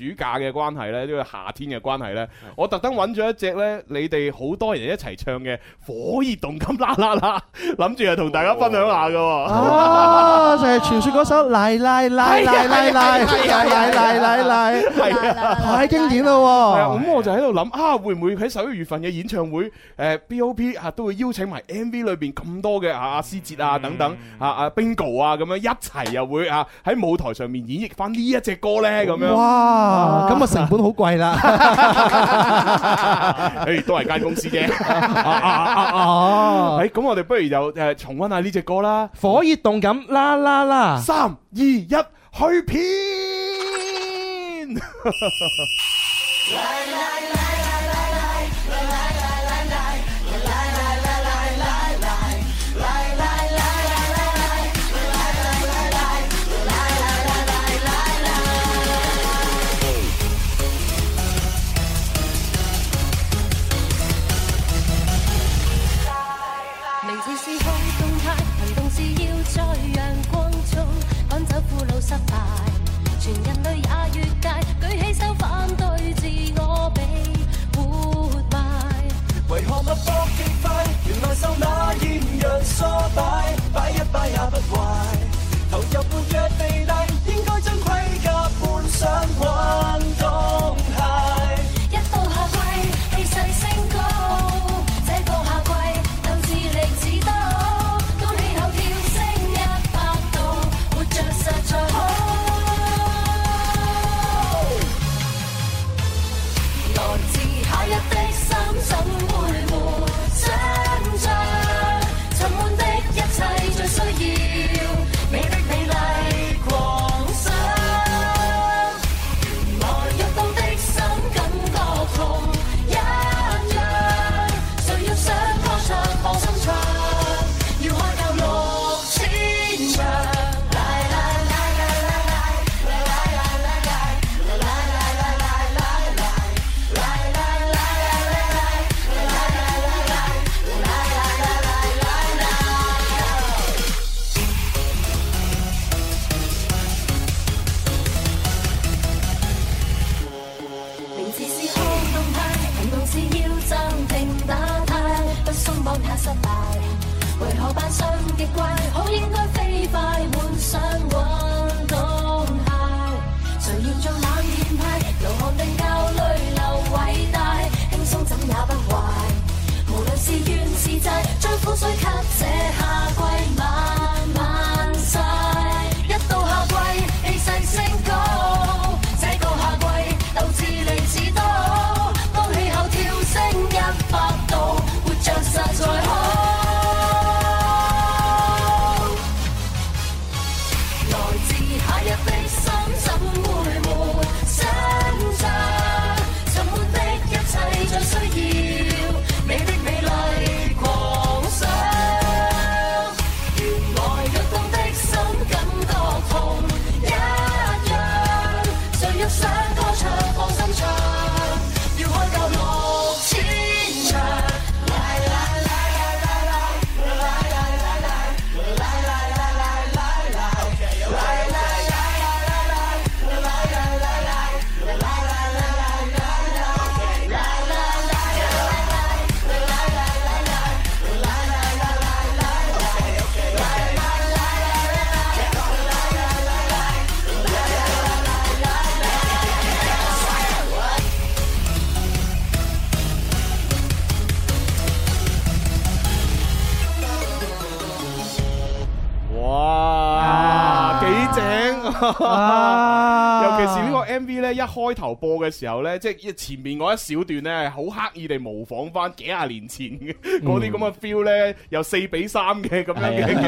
暑假嘅關係呢，呢個夏天嘅關係呢，我特登揾咗一隻呢，你哋好多人一齊唱嘅《火熱動感啦啦啦》，諗住啊同大家分享下㗎喎。
啊，就係傳説嗰首嚟嚟嚟
啊
嚟嚟嚟嚟嚟嚟嚟，
係啊，
太經典啦
係啊，
喎！
咁我就喺度諗啊，會唔會喺十一月份嘅演唱會，誒 B.O.P 啊都會邀請埋 M.V 裏邊咁多嘅啊阿思哲啊等等啊啊 Bingo 啊咁樣一齊又會啊喺舞台上面演繹翻呢一隻歌咧咁樣。
哇，咁啊成本好貴啦。
誒都係間公司啫。哦，誒咁我哋不如就誒重温下呢隻歌啦。
火熱動感啦啦啦！
三二一，去 片。
名字是好動態，行動是要在陽光中趕走苦惱失敗，全人類也越界，舉起手反對自我被活埋。
為何脈搏極快？原來受那現陽唆擺，擺一擺也不壞。投入活躍地帶，應該將盔甲換上運動鞋。
一到夏季，氣勢升高，這個夏季鬥志力似刀，高氣候跳升一百度，活着實在好。來自下一的心怎會沒想像？沉悶的一切最需要你的美麗狂想。原來躍動的心感覺同一樣，誰要想歌唱放心唱，要開夠六千場。啦啦啦啦啦啦啦啦啦啦啦啦啦啦啦啦啦名字是好動態，行動是要暫停打態，不鬆綁太失敗。為何扮相極怪？好應該飛快換上運動鞋。誰要做冷戰派？流汗定教淚流偉大，輕鬆怎也不壞。無論是怨是債，將苦水給這夏季慢慢曬。一到夏季，氣勢升高。這個夏季鬥志利似刀，當氣候跳升一百度，活着實在好。來自
啊
啊
尤其是呢個 M V 咧，一開頭播嘅時候咧，即係前面嗰一小段咧，好刻意地模仿翻幾廿年前嘅嗰啲咁嘅 feel 咧，有四比三嘅咁樣
啊
嘅嘅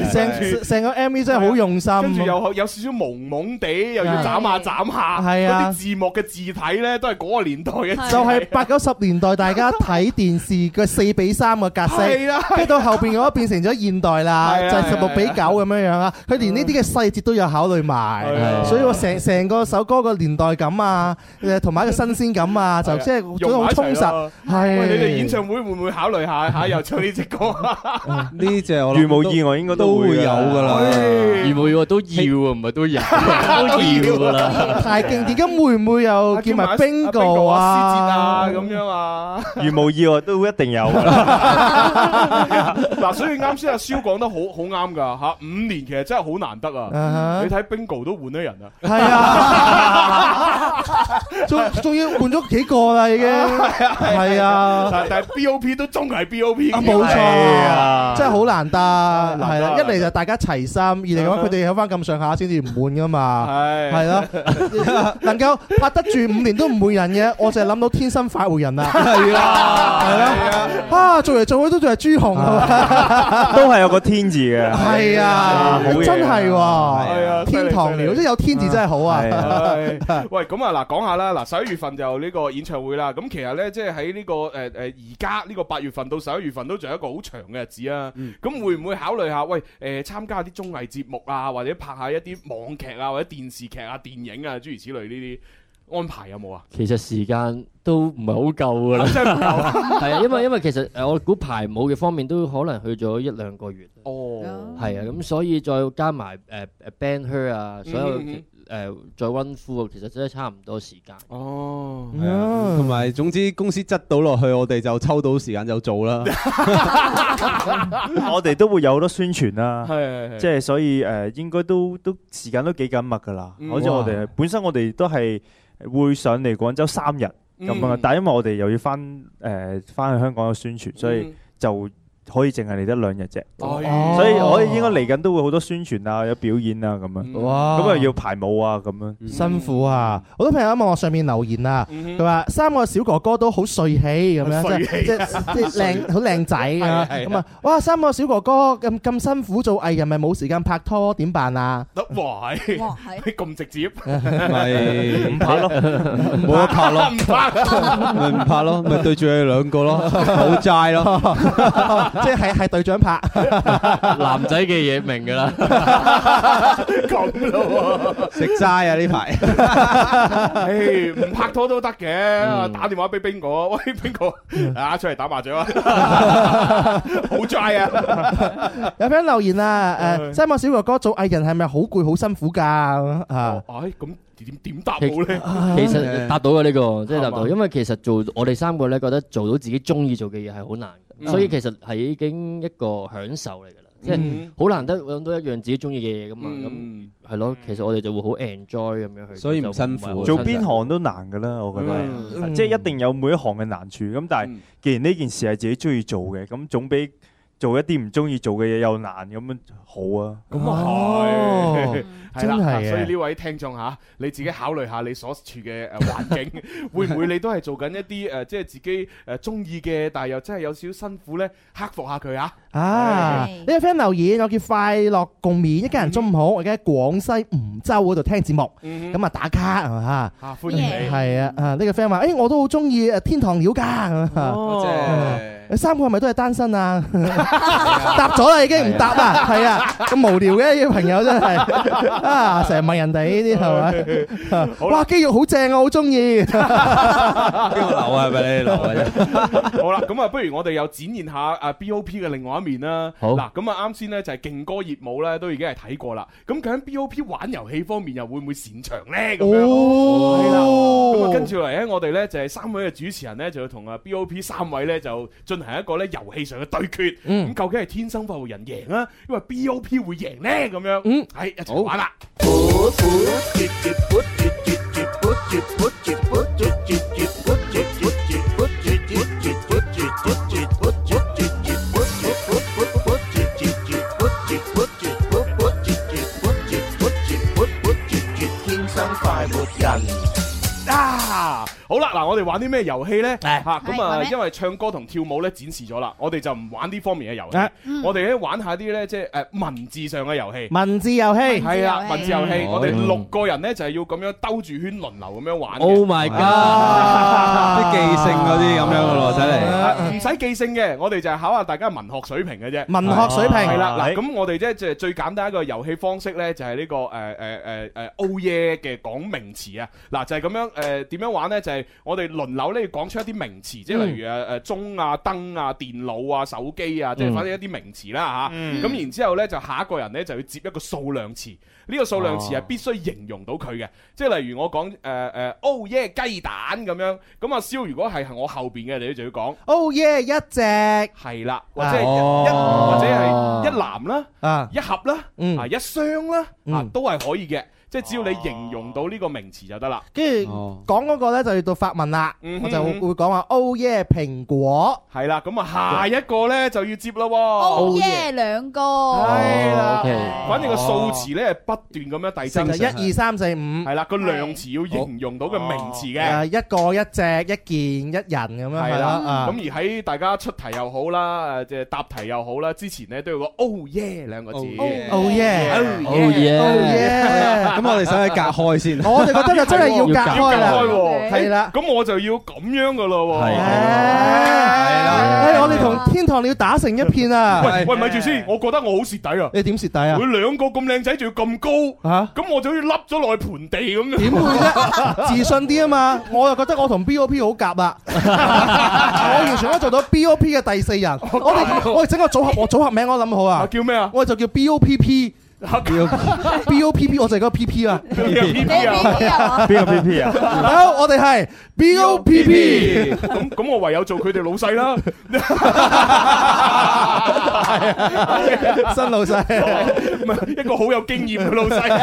比賽
成成個 MV 真係好用心。
跟住又哦有少少朦朦地，又要斬下斬下，
係
嗰
啊
啲字幕嘅字體咧都係嗰個年代嘅字啊體，
就係八九十年代大 家睇電視嘅四比三嘅格
係啦
式，跟住到後邊嗰個變成咗現代啦，
係啊啊
就係十六比九咁樣樣啦。佢連呢啲嘅細節都有考慮埋，所以我成成個首歌個年代感啊，誒同埋一個新鮮感啊，就即係
用
都好
埋一齊
充實
咯。
係
喂，你哋演唱會會唔會考慮 下下又唱呢只歌啊？
呢只我
如無意外應該都會
有㗎啦，
如無意外都要啊，唔係都有，都要噶啦。
太經典，咁會唔會又叫埋
啊
bingo 啊？
咁樣 啊？
如無意外都一定有㗎啦。
嗱，所以啱先阿蕭講得好好啱㗎嚇，五年其實真係好難得啊！
啊哈
你睇 Bingo 都換咗人啊，
係啊，仲仲要換咗幾個啦 已經，係啊。
但但係 BOP 都仲係 BOP，
啊，冇錯，
啊
真係好難得，係啦，
難
一
得
嚟就大家齊心，二嚟嘅話佢哋有翻咁上下先至唔滿噶嘛，
係
係咯，能夠拍得住五年都唔滿人嘅，我就係諗到天生快活人啦， 係啦，係啦，啊，做嚟做去都仲係朱紅，
都係有個天字嘅。
係啊，
好嘢
真係
係啊
喎，
犀利
天堂聊，即係有天字真係好啊，
係喂，咁啊嗱，講下啦，嗱十一月份就呢個演唱會啦。咁其實呢，即係喺呢個誒誒而家呢個八月份到十一月份都仲有一個好長嘅日子啊。咁會唔會考慮下，喂誒參加啲綜藝節目啊，或者拍下一啲網劇啊，或者電視劇啊、電影啊諸如此類呢啲安排有冇啊？
其實時間都唔係好夠㗎啦，
真係唔 夠
係啊，因為因為其實誒，我估排舞嘅方面都可能去咗一兩個月。
哦，
係啊，咁所以再加埋呃誒誒 Band Her 啊，所有
嗯嗯
誒再温夫啊，其實真係差唔多時間。
哦，
係啊同埋總之公司執到落去，我哋就抽到時間就做啦。
我哋都會有好多宣傳啦，
係係
即係所以誒，應該都都時間都幾緊密㗎啦。
嗯
好似我哋本身我哋都係會上嚟廣州三日咁啊
嗯，
但係因為我哋又要翻誒翻去香港嘅宣傳，所以
嗯
就可以淨係嚟得兩日啫。
哦
所以我哋應該嚟緊都會好多宣傳啊，有表演啊咁樣。
嗯
哇
咁啊要排舞啊咁樣，
辛苦啊！好多朋友喺網上面留言啊，佢話三個小哥哥都好帥氣咁樣，
帥
即係
氣
即係即係靚好靚仔咁
係
樣
係
咁啊！哇，三個小哥哥咁咁辛苦做藝人，咪冇時間拍拖點辦啊？
得哇係，咁直接，
咪唔拍 咯，冇得拍咯，
唔拍
咪唔拍咯，咪對住佢哋兩個咯，冇齋咯，
即係係係隊長拍，
男仔嘅嘢明㗎啦，
咁咯喎。
食齋啊呢排。
唉，唔拍拖都得嘅，打電話俾冰哥，喂冰哥，啊出嚟打麻雀啊，好 dry 啊，
有 friend 留言啊，誒，三個小哥哥做藝人係咪好攰好辛苦㗎啊？
唉咁點點答好咧？
其實答到嘅呢個，即係答
係嘛
到，因為其實做我哋三個咧，覺得做到自己中意做嘅嘢係好難
嗯
嘅，所以其實係已經一個享受嚟㗎啦，即係
嗯
好難得揾到一樣自己中意嘅嘢㗎嘛，
嗯
咁係咯，其實我哋就會好 enjoy 咁樣去，
所以唔辛苦
就係好辛
做邊
苦
行都難㗎啦，我覺得，
嗯
即係一定有每一行嘅難處。咁但係，既然呢件事係自己中意做嘅，咁總比做一啲唔中意做嘅嘢又難咁樣好啊。
咁 啊係，係
哦真係
啦，
嘅
所以呢位聽眾吓，你自己考慮下你所處嘅誒呃環境，會唔會你都係做緊一啲呃誒，即係自己誒中意嘅，但係又真係有少少辛苦咧，克服下佢啊！
啊！呢個 friend 留言，我叫快樂共勉，一家人中午好，我而家喺廣西梧州嗰度聽節目，
嗯
咁啊打卡係嘛
啊歡迎你
係啊啊！呢個 friend 話：，誒我都好中意誒天堂鳥㗎咁啊，
多
謝。三個係咪都係 單身啊？答咗啦，已經唔答啦，係啊，咁無聊嘅呢個朋友真係 啊，成日問人哋呢啲係咪？哇，肌肉好正啊，好中意。
流啊，係咪你流啊？
好啦，咁啊，不如我哋又展現下啊 BOP 嘅另外一面啦。
好
嗱，咁啊，啱先呢就係勁歌熱舞咧，都已經係睇過啦。咁究竟 BOP 玩遊戲方面又會唔會擅長呢？咁樣
哦
係啦。咁啊，跟住嚟咧，我哋呢就係三位嘅主持人呢，就要同啊 BOP 三位呢就進行一個咧遊戲上嘅對決。咁究竟係天生快活人贏啊，因為 BOP 會贏呢？咁樣。嗯，係一齊玩啦。
What
啊我哋玩啲咩遊戲呢？嚇咁
玩
啊，
咩
因為唱歌同跳舞呢展示咗啦，我哋就唔玩呢方面嘅遊
啊
戲，我哋咧玩下啲呢，即係誒文字上嘅遊戲。
文字遊戲
係啦，文字遊戲，我哋
嗯
六個人呢，就係要咁樣兜住圈輪流咁樣玩嘅。
Oh my god！啲記 性嗰啲咁樣嘅咯，睇嚟。
啊唔使記性嘅，我哋就係考下大家文學水平嘅啫。
文學水平
係啦，嗱
係
咁我哋即係最最簡單一個遊戲方式咧，就係呢個呃誒誒誒誒 Oh yeah 嘅講名詞啊。嗱就係咁樣誒點樣玩咧？就係我哋輪流咧要講出一啲名詞，即
嗯
係例如誒誒鐘啊、燈啊、電腦啊、手機啊，即係
嗯
反正一啲名詞啦
嗯
嚇。咁然之後咧就下一個人咧就要接一個數量詞，呢個數量詞
哦
係必須形容到佢嘅，即係例如我講誒誒 Oh yeah 雞蛋咁樣，咁阿蕭如果係我後邊嘅，你就要講。
Oh yeah，一隻
係啦，或者係
哦
一一或者係一籃啦
啊，
一盒啦，啊一箱啦，啊
嗯
都係可以嘅，即係只要你形容到呢個名詞就得啦。
跟住講嗰個咧就要到法文啦，
嗯
我就會講話 Oh yeah 蘋果，
係啦，咁啊下一個咧就要接啦喎。哦
Oh yeah，兩個。
係啦
OK，
反正個數詞咧係不斷咁樣遞
就
增。
一二三哦四五，
係啦，個量詞要形容到嘅名詞嘅。
誒一個一隻一件一人咁樣
係
係
啦，嗯
啦，啊
咁而喺大家出題又好啦，呃誒即係答題又好啦，之前咧都有個 oh yeah 兩個字。
Oh yeah，
Oh yeah！
yeah
咁我哋使唔使隔開先？
我哋覺得就真係要隔開啦
要隔開喎
係啦
誒咁我就要咁樣噶咯喎。哦
誒我哋同天堂鳥打成一片啊！
喂喂，咪住先，我覺得我好蝕底啊！
你點蝕底啊？
佢兩個咁靚仔，仲要咁高，咁我就好似凹咗落去盆地咁。
點會啫？ 自信啲啊嘛！我又覺得我同 BOP 好夾啦，我完全可以做到 BOP 嘅第四人。我哋我哋整個組合， 我組合名我諗好啊，
叫咩哦啊？
我就 叫 BOPP。BOPP 我就係嗰個 PP 啦，
邊個 PP 啊
好，我哋係 BOPP。
咁咁，我唯有做佢哋老細啦。
新老細，
唔係一個好有經驗嘅老 細。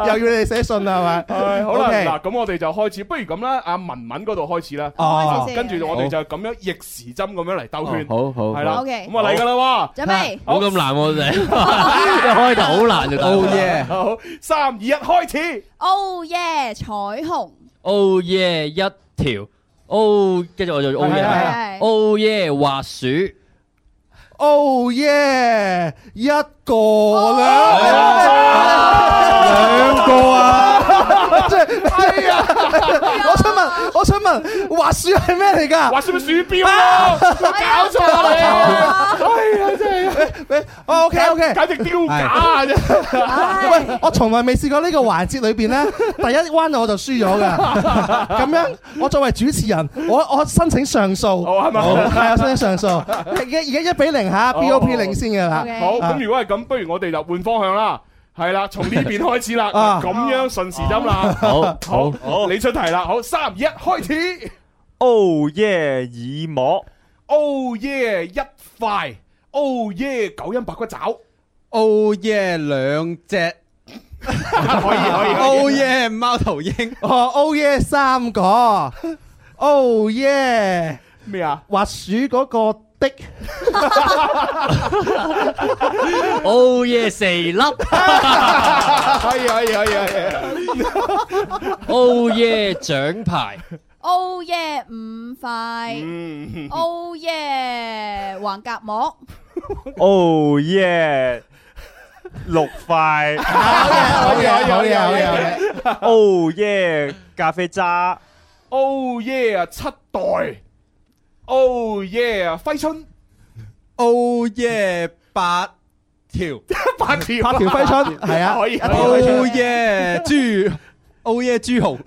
又要你哋寫信啦，係咪？
唉好啦，
OK
嗱，咁我哋就開始，不如咁啦，阿文文嗰度開始啦
哦開始，先
跟住我哋就咁樣逆時針咁樣嚟兜圈，
好好
係啦，
好
咁啊嚟噶啦喎，
準備冇咁難喎 真係一開頭好難就得
Oh yeah 好，三二一，開始。
Oh yeah，彩虹。
Oh yeah，一條。Oh，跟住我就 Oh
係係
yeah。Oh yeah，滑鼠。
Oh yeah，一
哦
個啦，兩個啊， 即係哎呀！我想問，我想問，滑鼠係咩嚟㗎？啊滑
鼠咪鼠標咯，搞錯啦你！哎呀，真係
喂，OK 哦 OK，
簡直丟架啊！真係
喂，我從來未試過呢個 環節裏邊咧，第一彎我就輸咗 㗎。咁樣，我作為主持人，我我申請上訴，
哦係咪
係啊，申請上訴。而家而家一比零嚇，BOP 領先㗎啦。
好，
啊
咁如果係咁，不如我哋就換方向啦。係啦，從呢邊開始啦，
啊
咁樣順時針啦。
好
好
好，
好，你出題啦。好，三二一，開始。
Oh yeah，耳膜。
Oh yeah，一塊。Oh yeah，九陰白骨爪。
Oh yeah，兩隻。
可以可以。
Oh yeah，貓頭鷹。
哦，Oh yeah 三個，Oh yeah
咩啊？
滑鼠嗰個的
Oh yeah，四粒。
可以可以可以可以。
Oh yeah，獎牌。
Oh yeah，五塊。Oh yeah，橫膈膜。
Oh yeah，六 塊。
好嘢好嘢好嘢好嘢
Oh yeah，咖啡渣。
Oh yeah，七代。Oh yeah，揮春。
Oh yeah，八條。
八條。
八條揮 春係啊
可以。
一條揮春 Oh yeah，豬。Oh yeah，豬紅。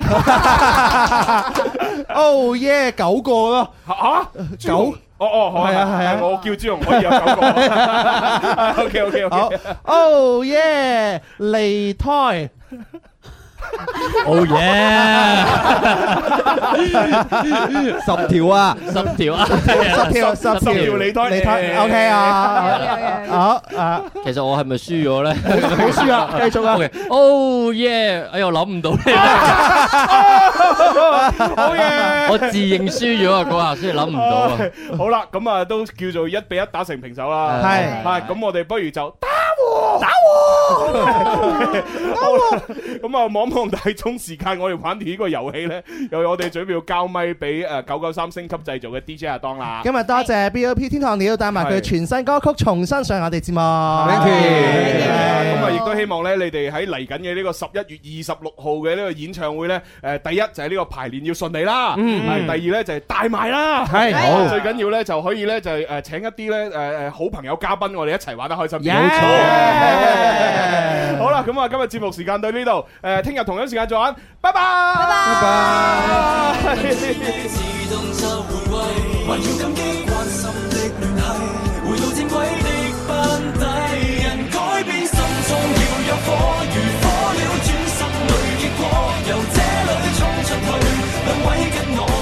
，Oh yeah 九個咯，
吓
九。
哦哦，好
係啊係啊
我叫朱紅可以有 九個。OK OK
好
OK。
，Oh yeah 離胎
Oh
yeah，十條啊，
十條啊，
十條十條
你胎
離胎 OK 啊，好啊，
其實我係咪輸咗咧？
冇輸啊繼續啊
OK。Oh yeah！哎呀，我諗唔到咧。
好嘢！
我自認輸咗啊，嗰下所以諗唔到 啊。
好啦，咁啊都叫做一比一打成平手啦。
係
係咁，我哋不如就打打 我，打我！咁啊，望一望大鐘時間，我哋玩完呢個遊戲咧，又我哋準備要交咪俾誒九九三星級製造嘅 DJ 阿當啦。
今日多謝 BOP 天堂鳥帶埋佢
係
全新歌曲重新上我哋節目。
Thank you。咁啊，亦都希望咧，你哋喺嚟緊嘅呢個十一月二十六號嘅呢個演唱會咧，誒，第一就係呢個排練要順利啦，
嗯
係第二咧就係大賣啦，
係好
最緊要咧就可以咧就係誒請一啲咧誒誒好朋友嘉賓，我哋一齊玩得開心啲。
冇錯
錯。好啦，咁啊，今日節目時間到呢度，誒，聽日同樣時間再玩，拜拜，拜拜，
自動就回歸，圍繞感激關心的聯繫，回到正軌的班底，人改變心中要有火，如火了轉心裏結果，由這裏衝出去，兩位跟我。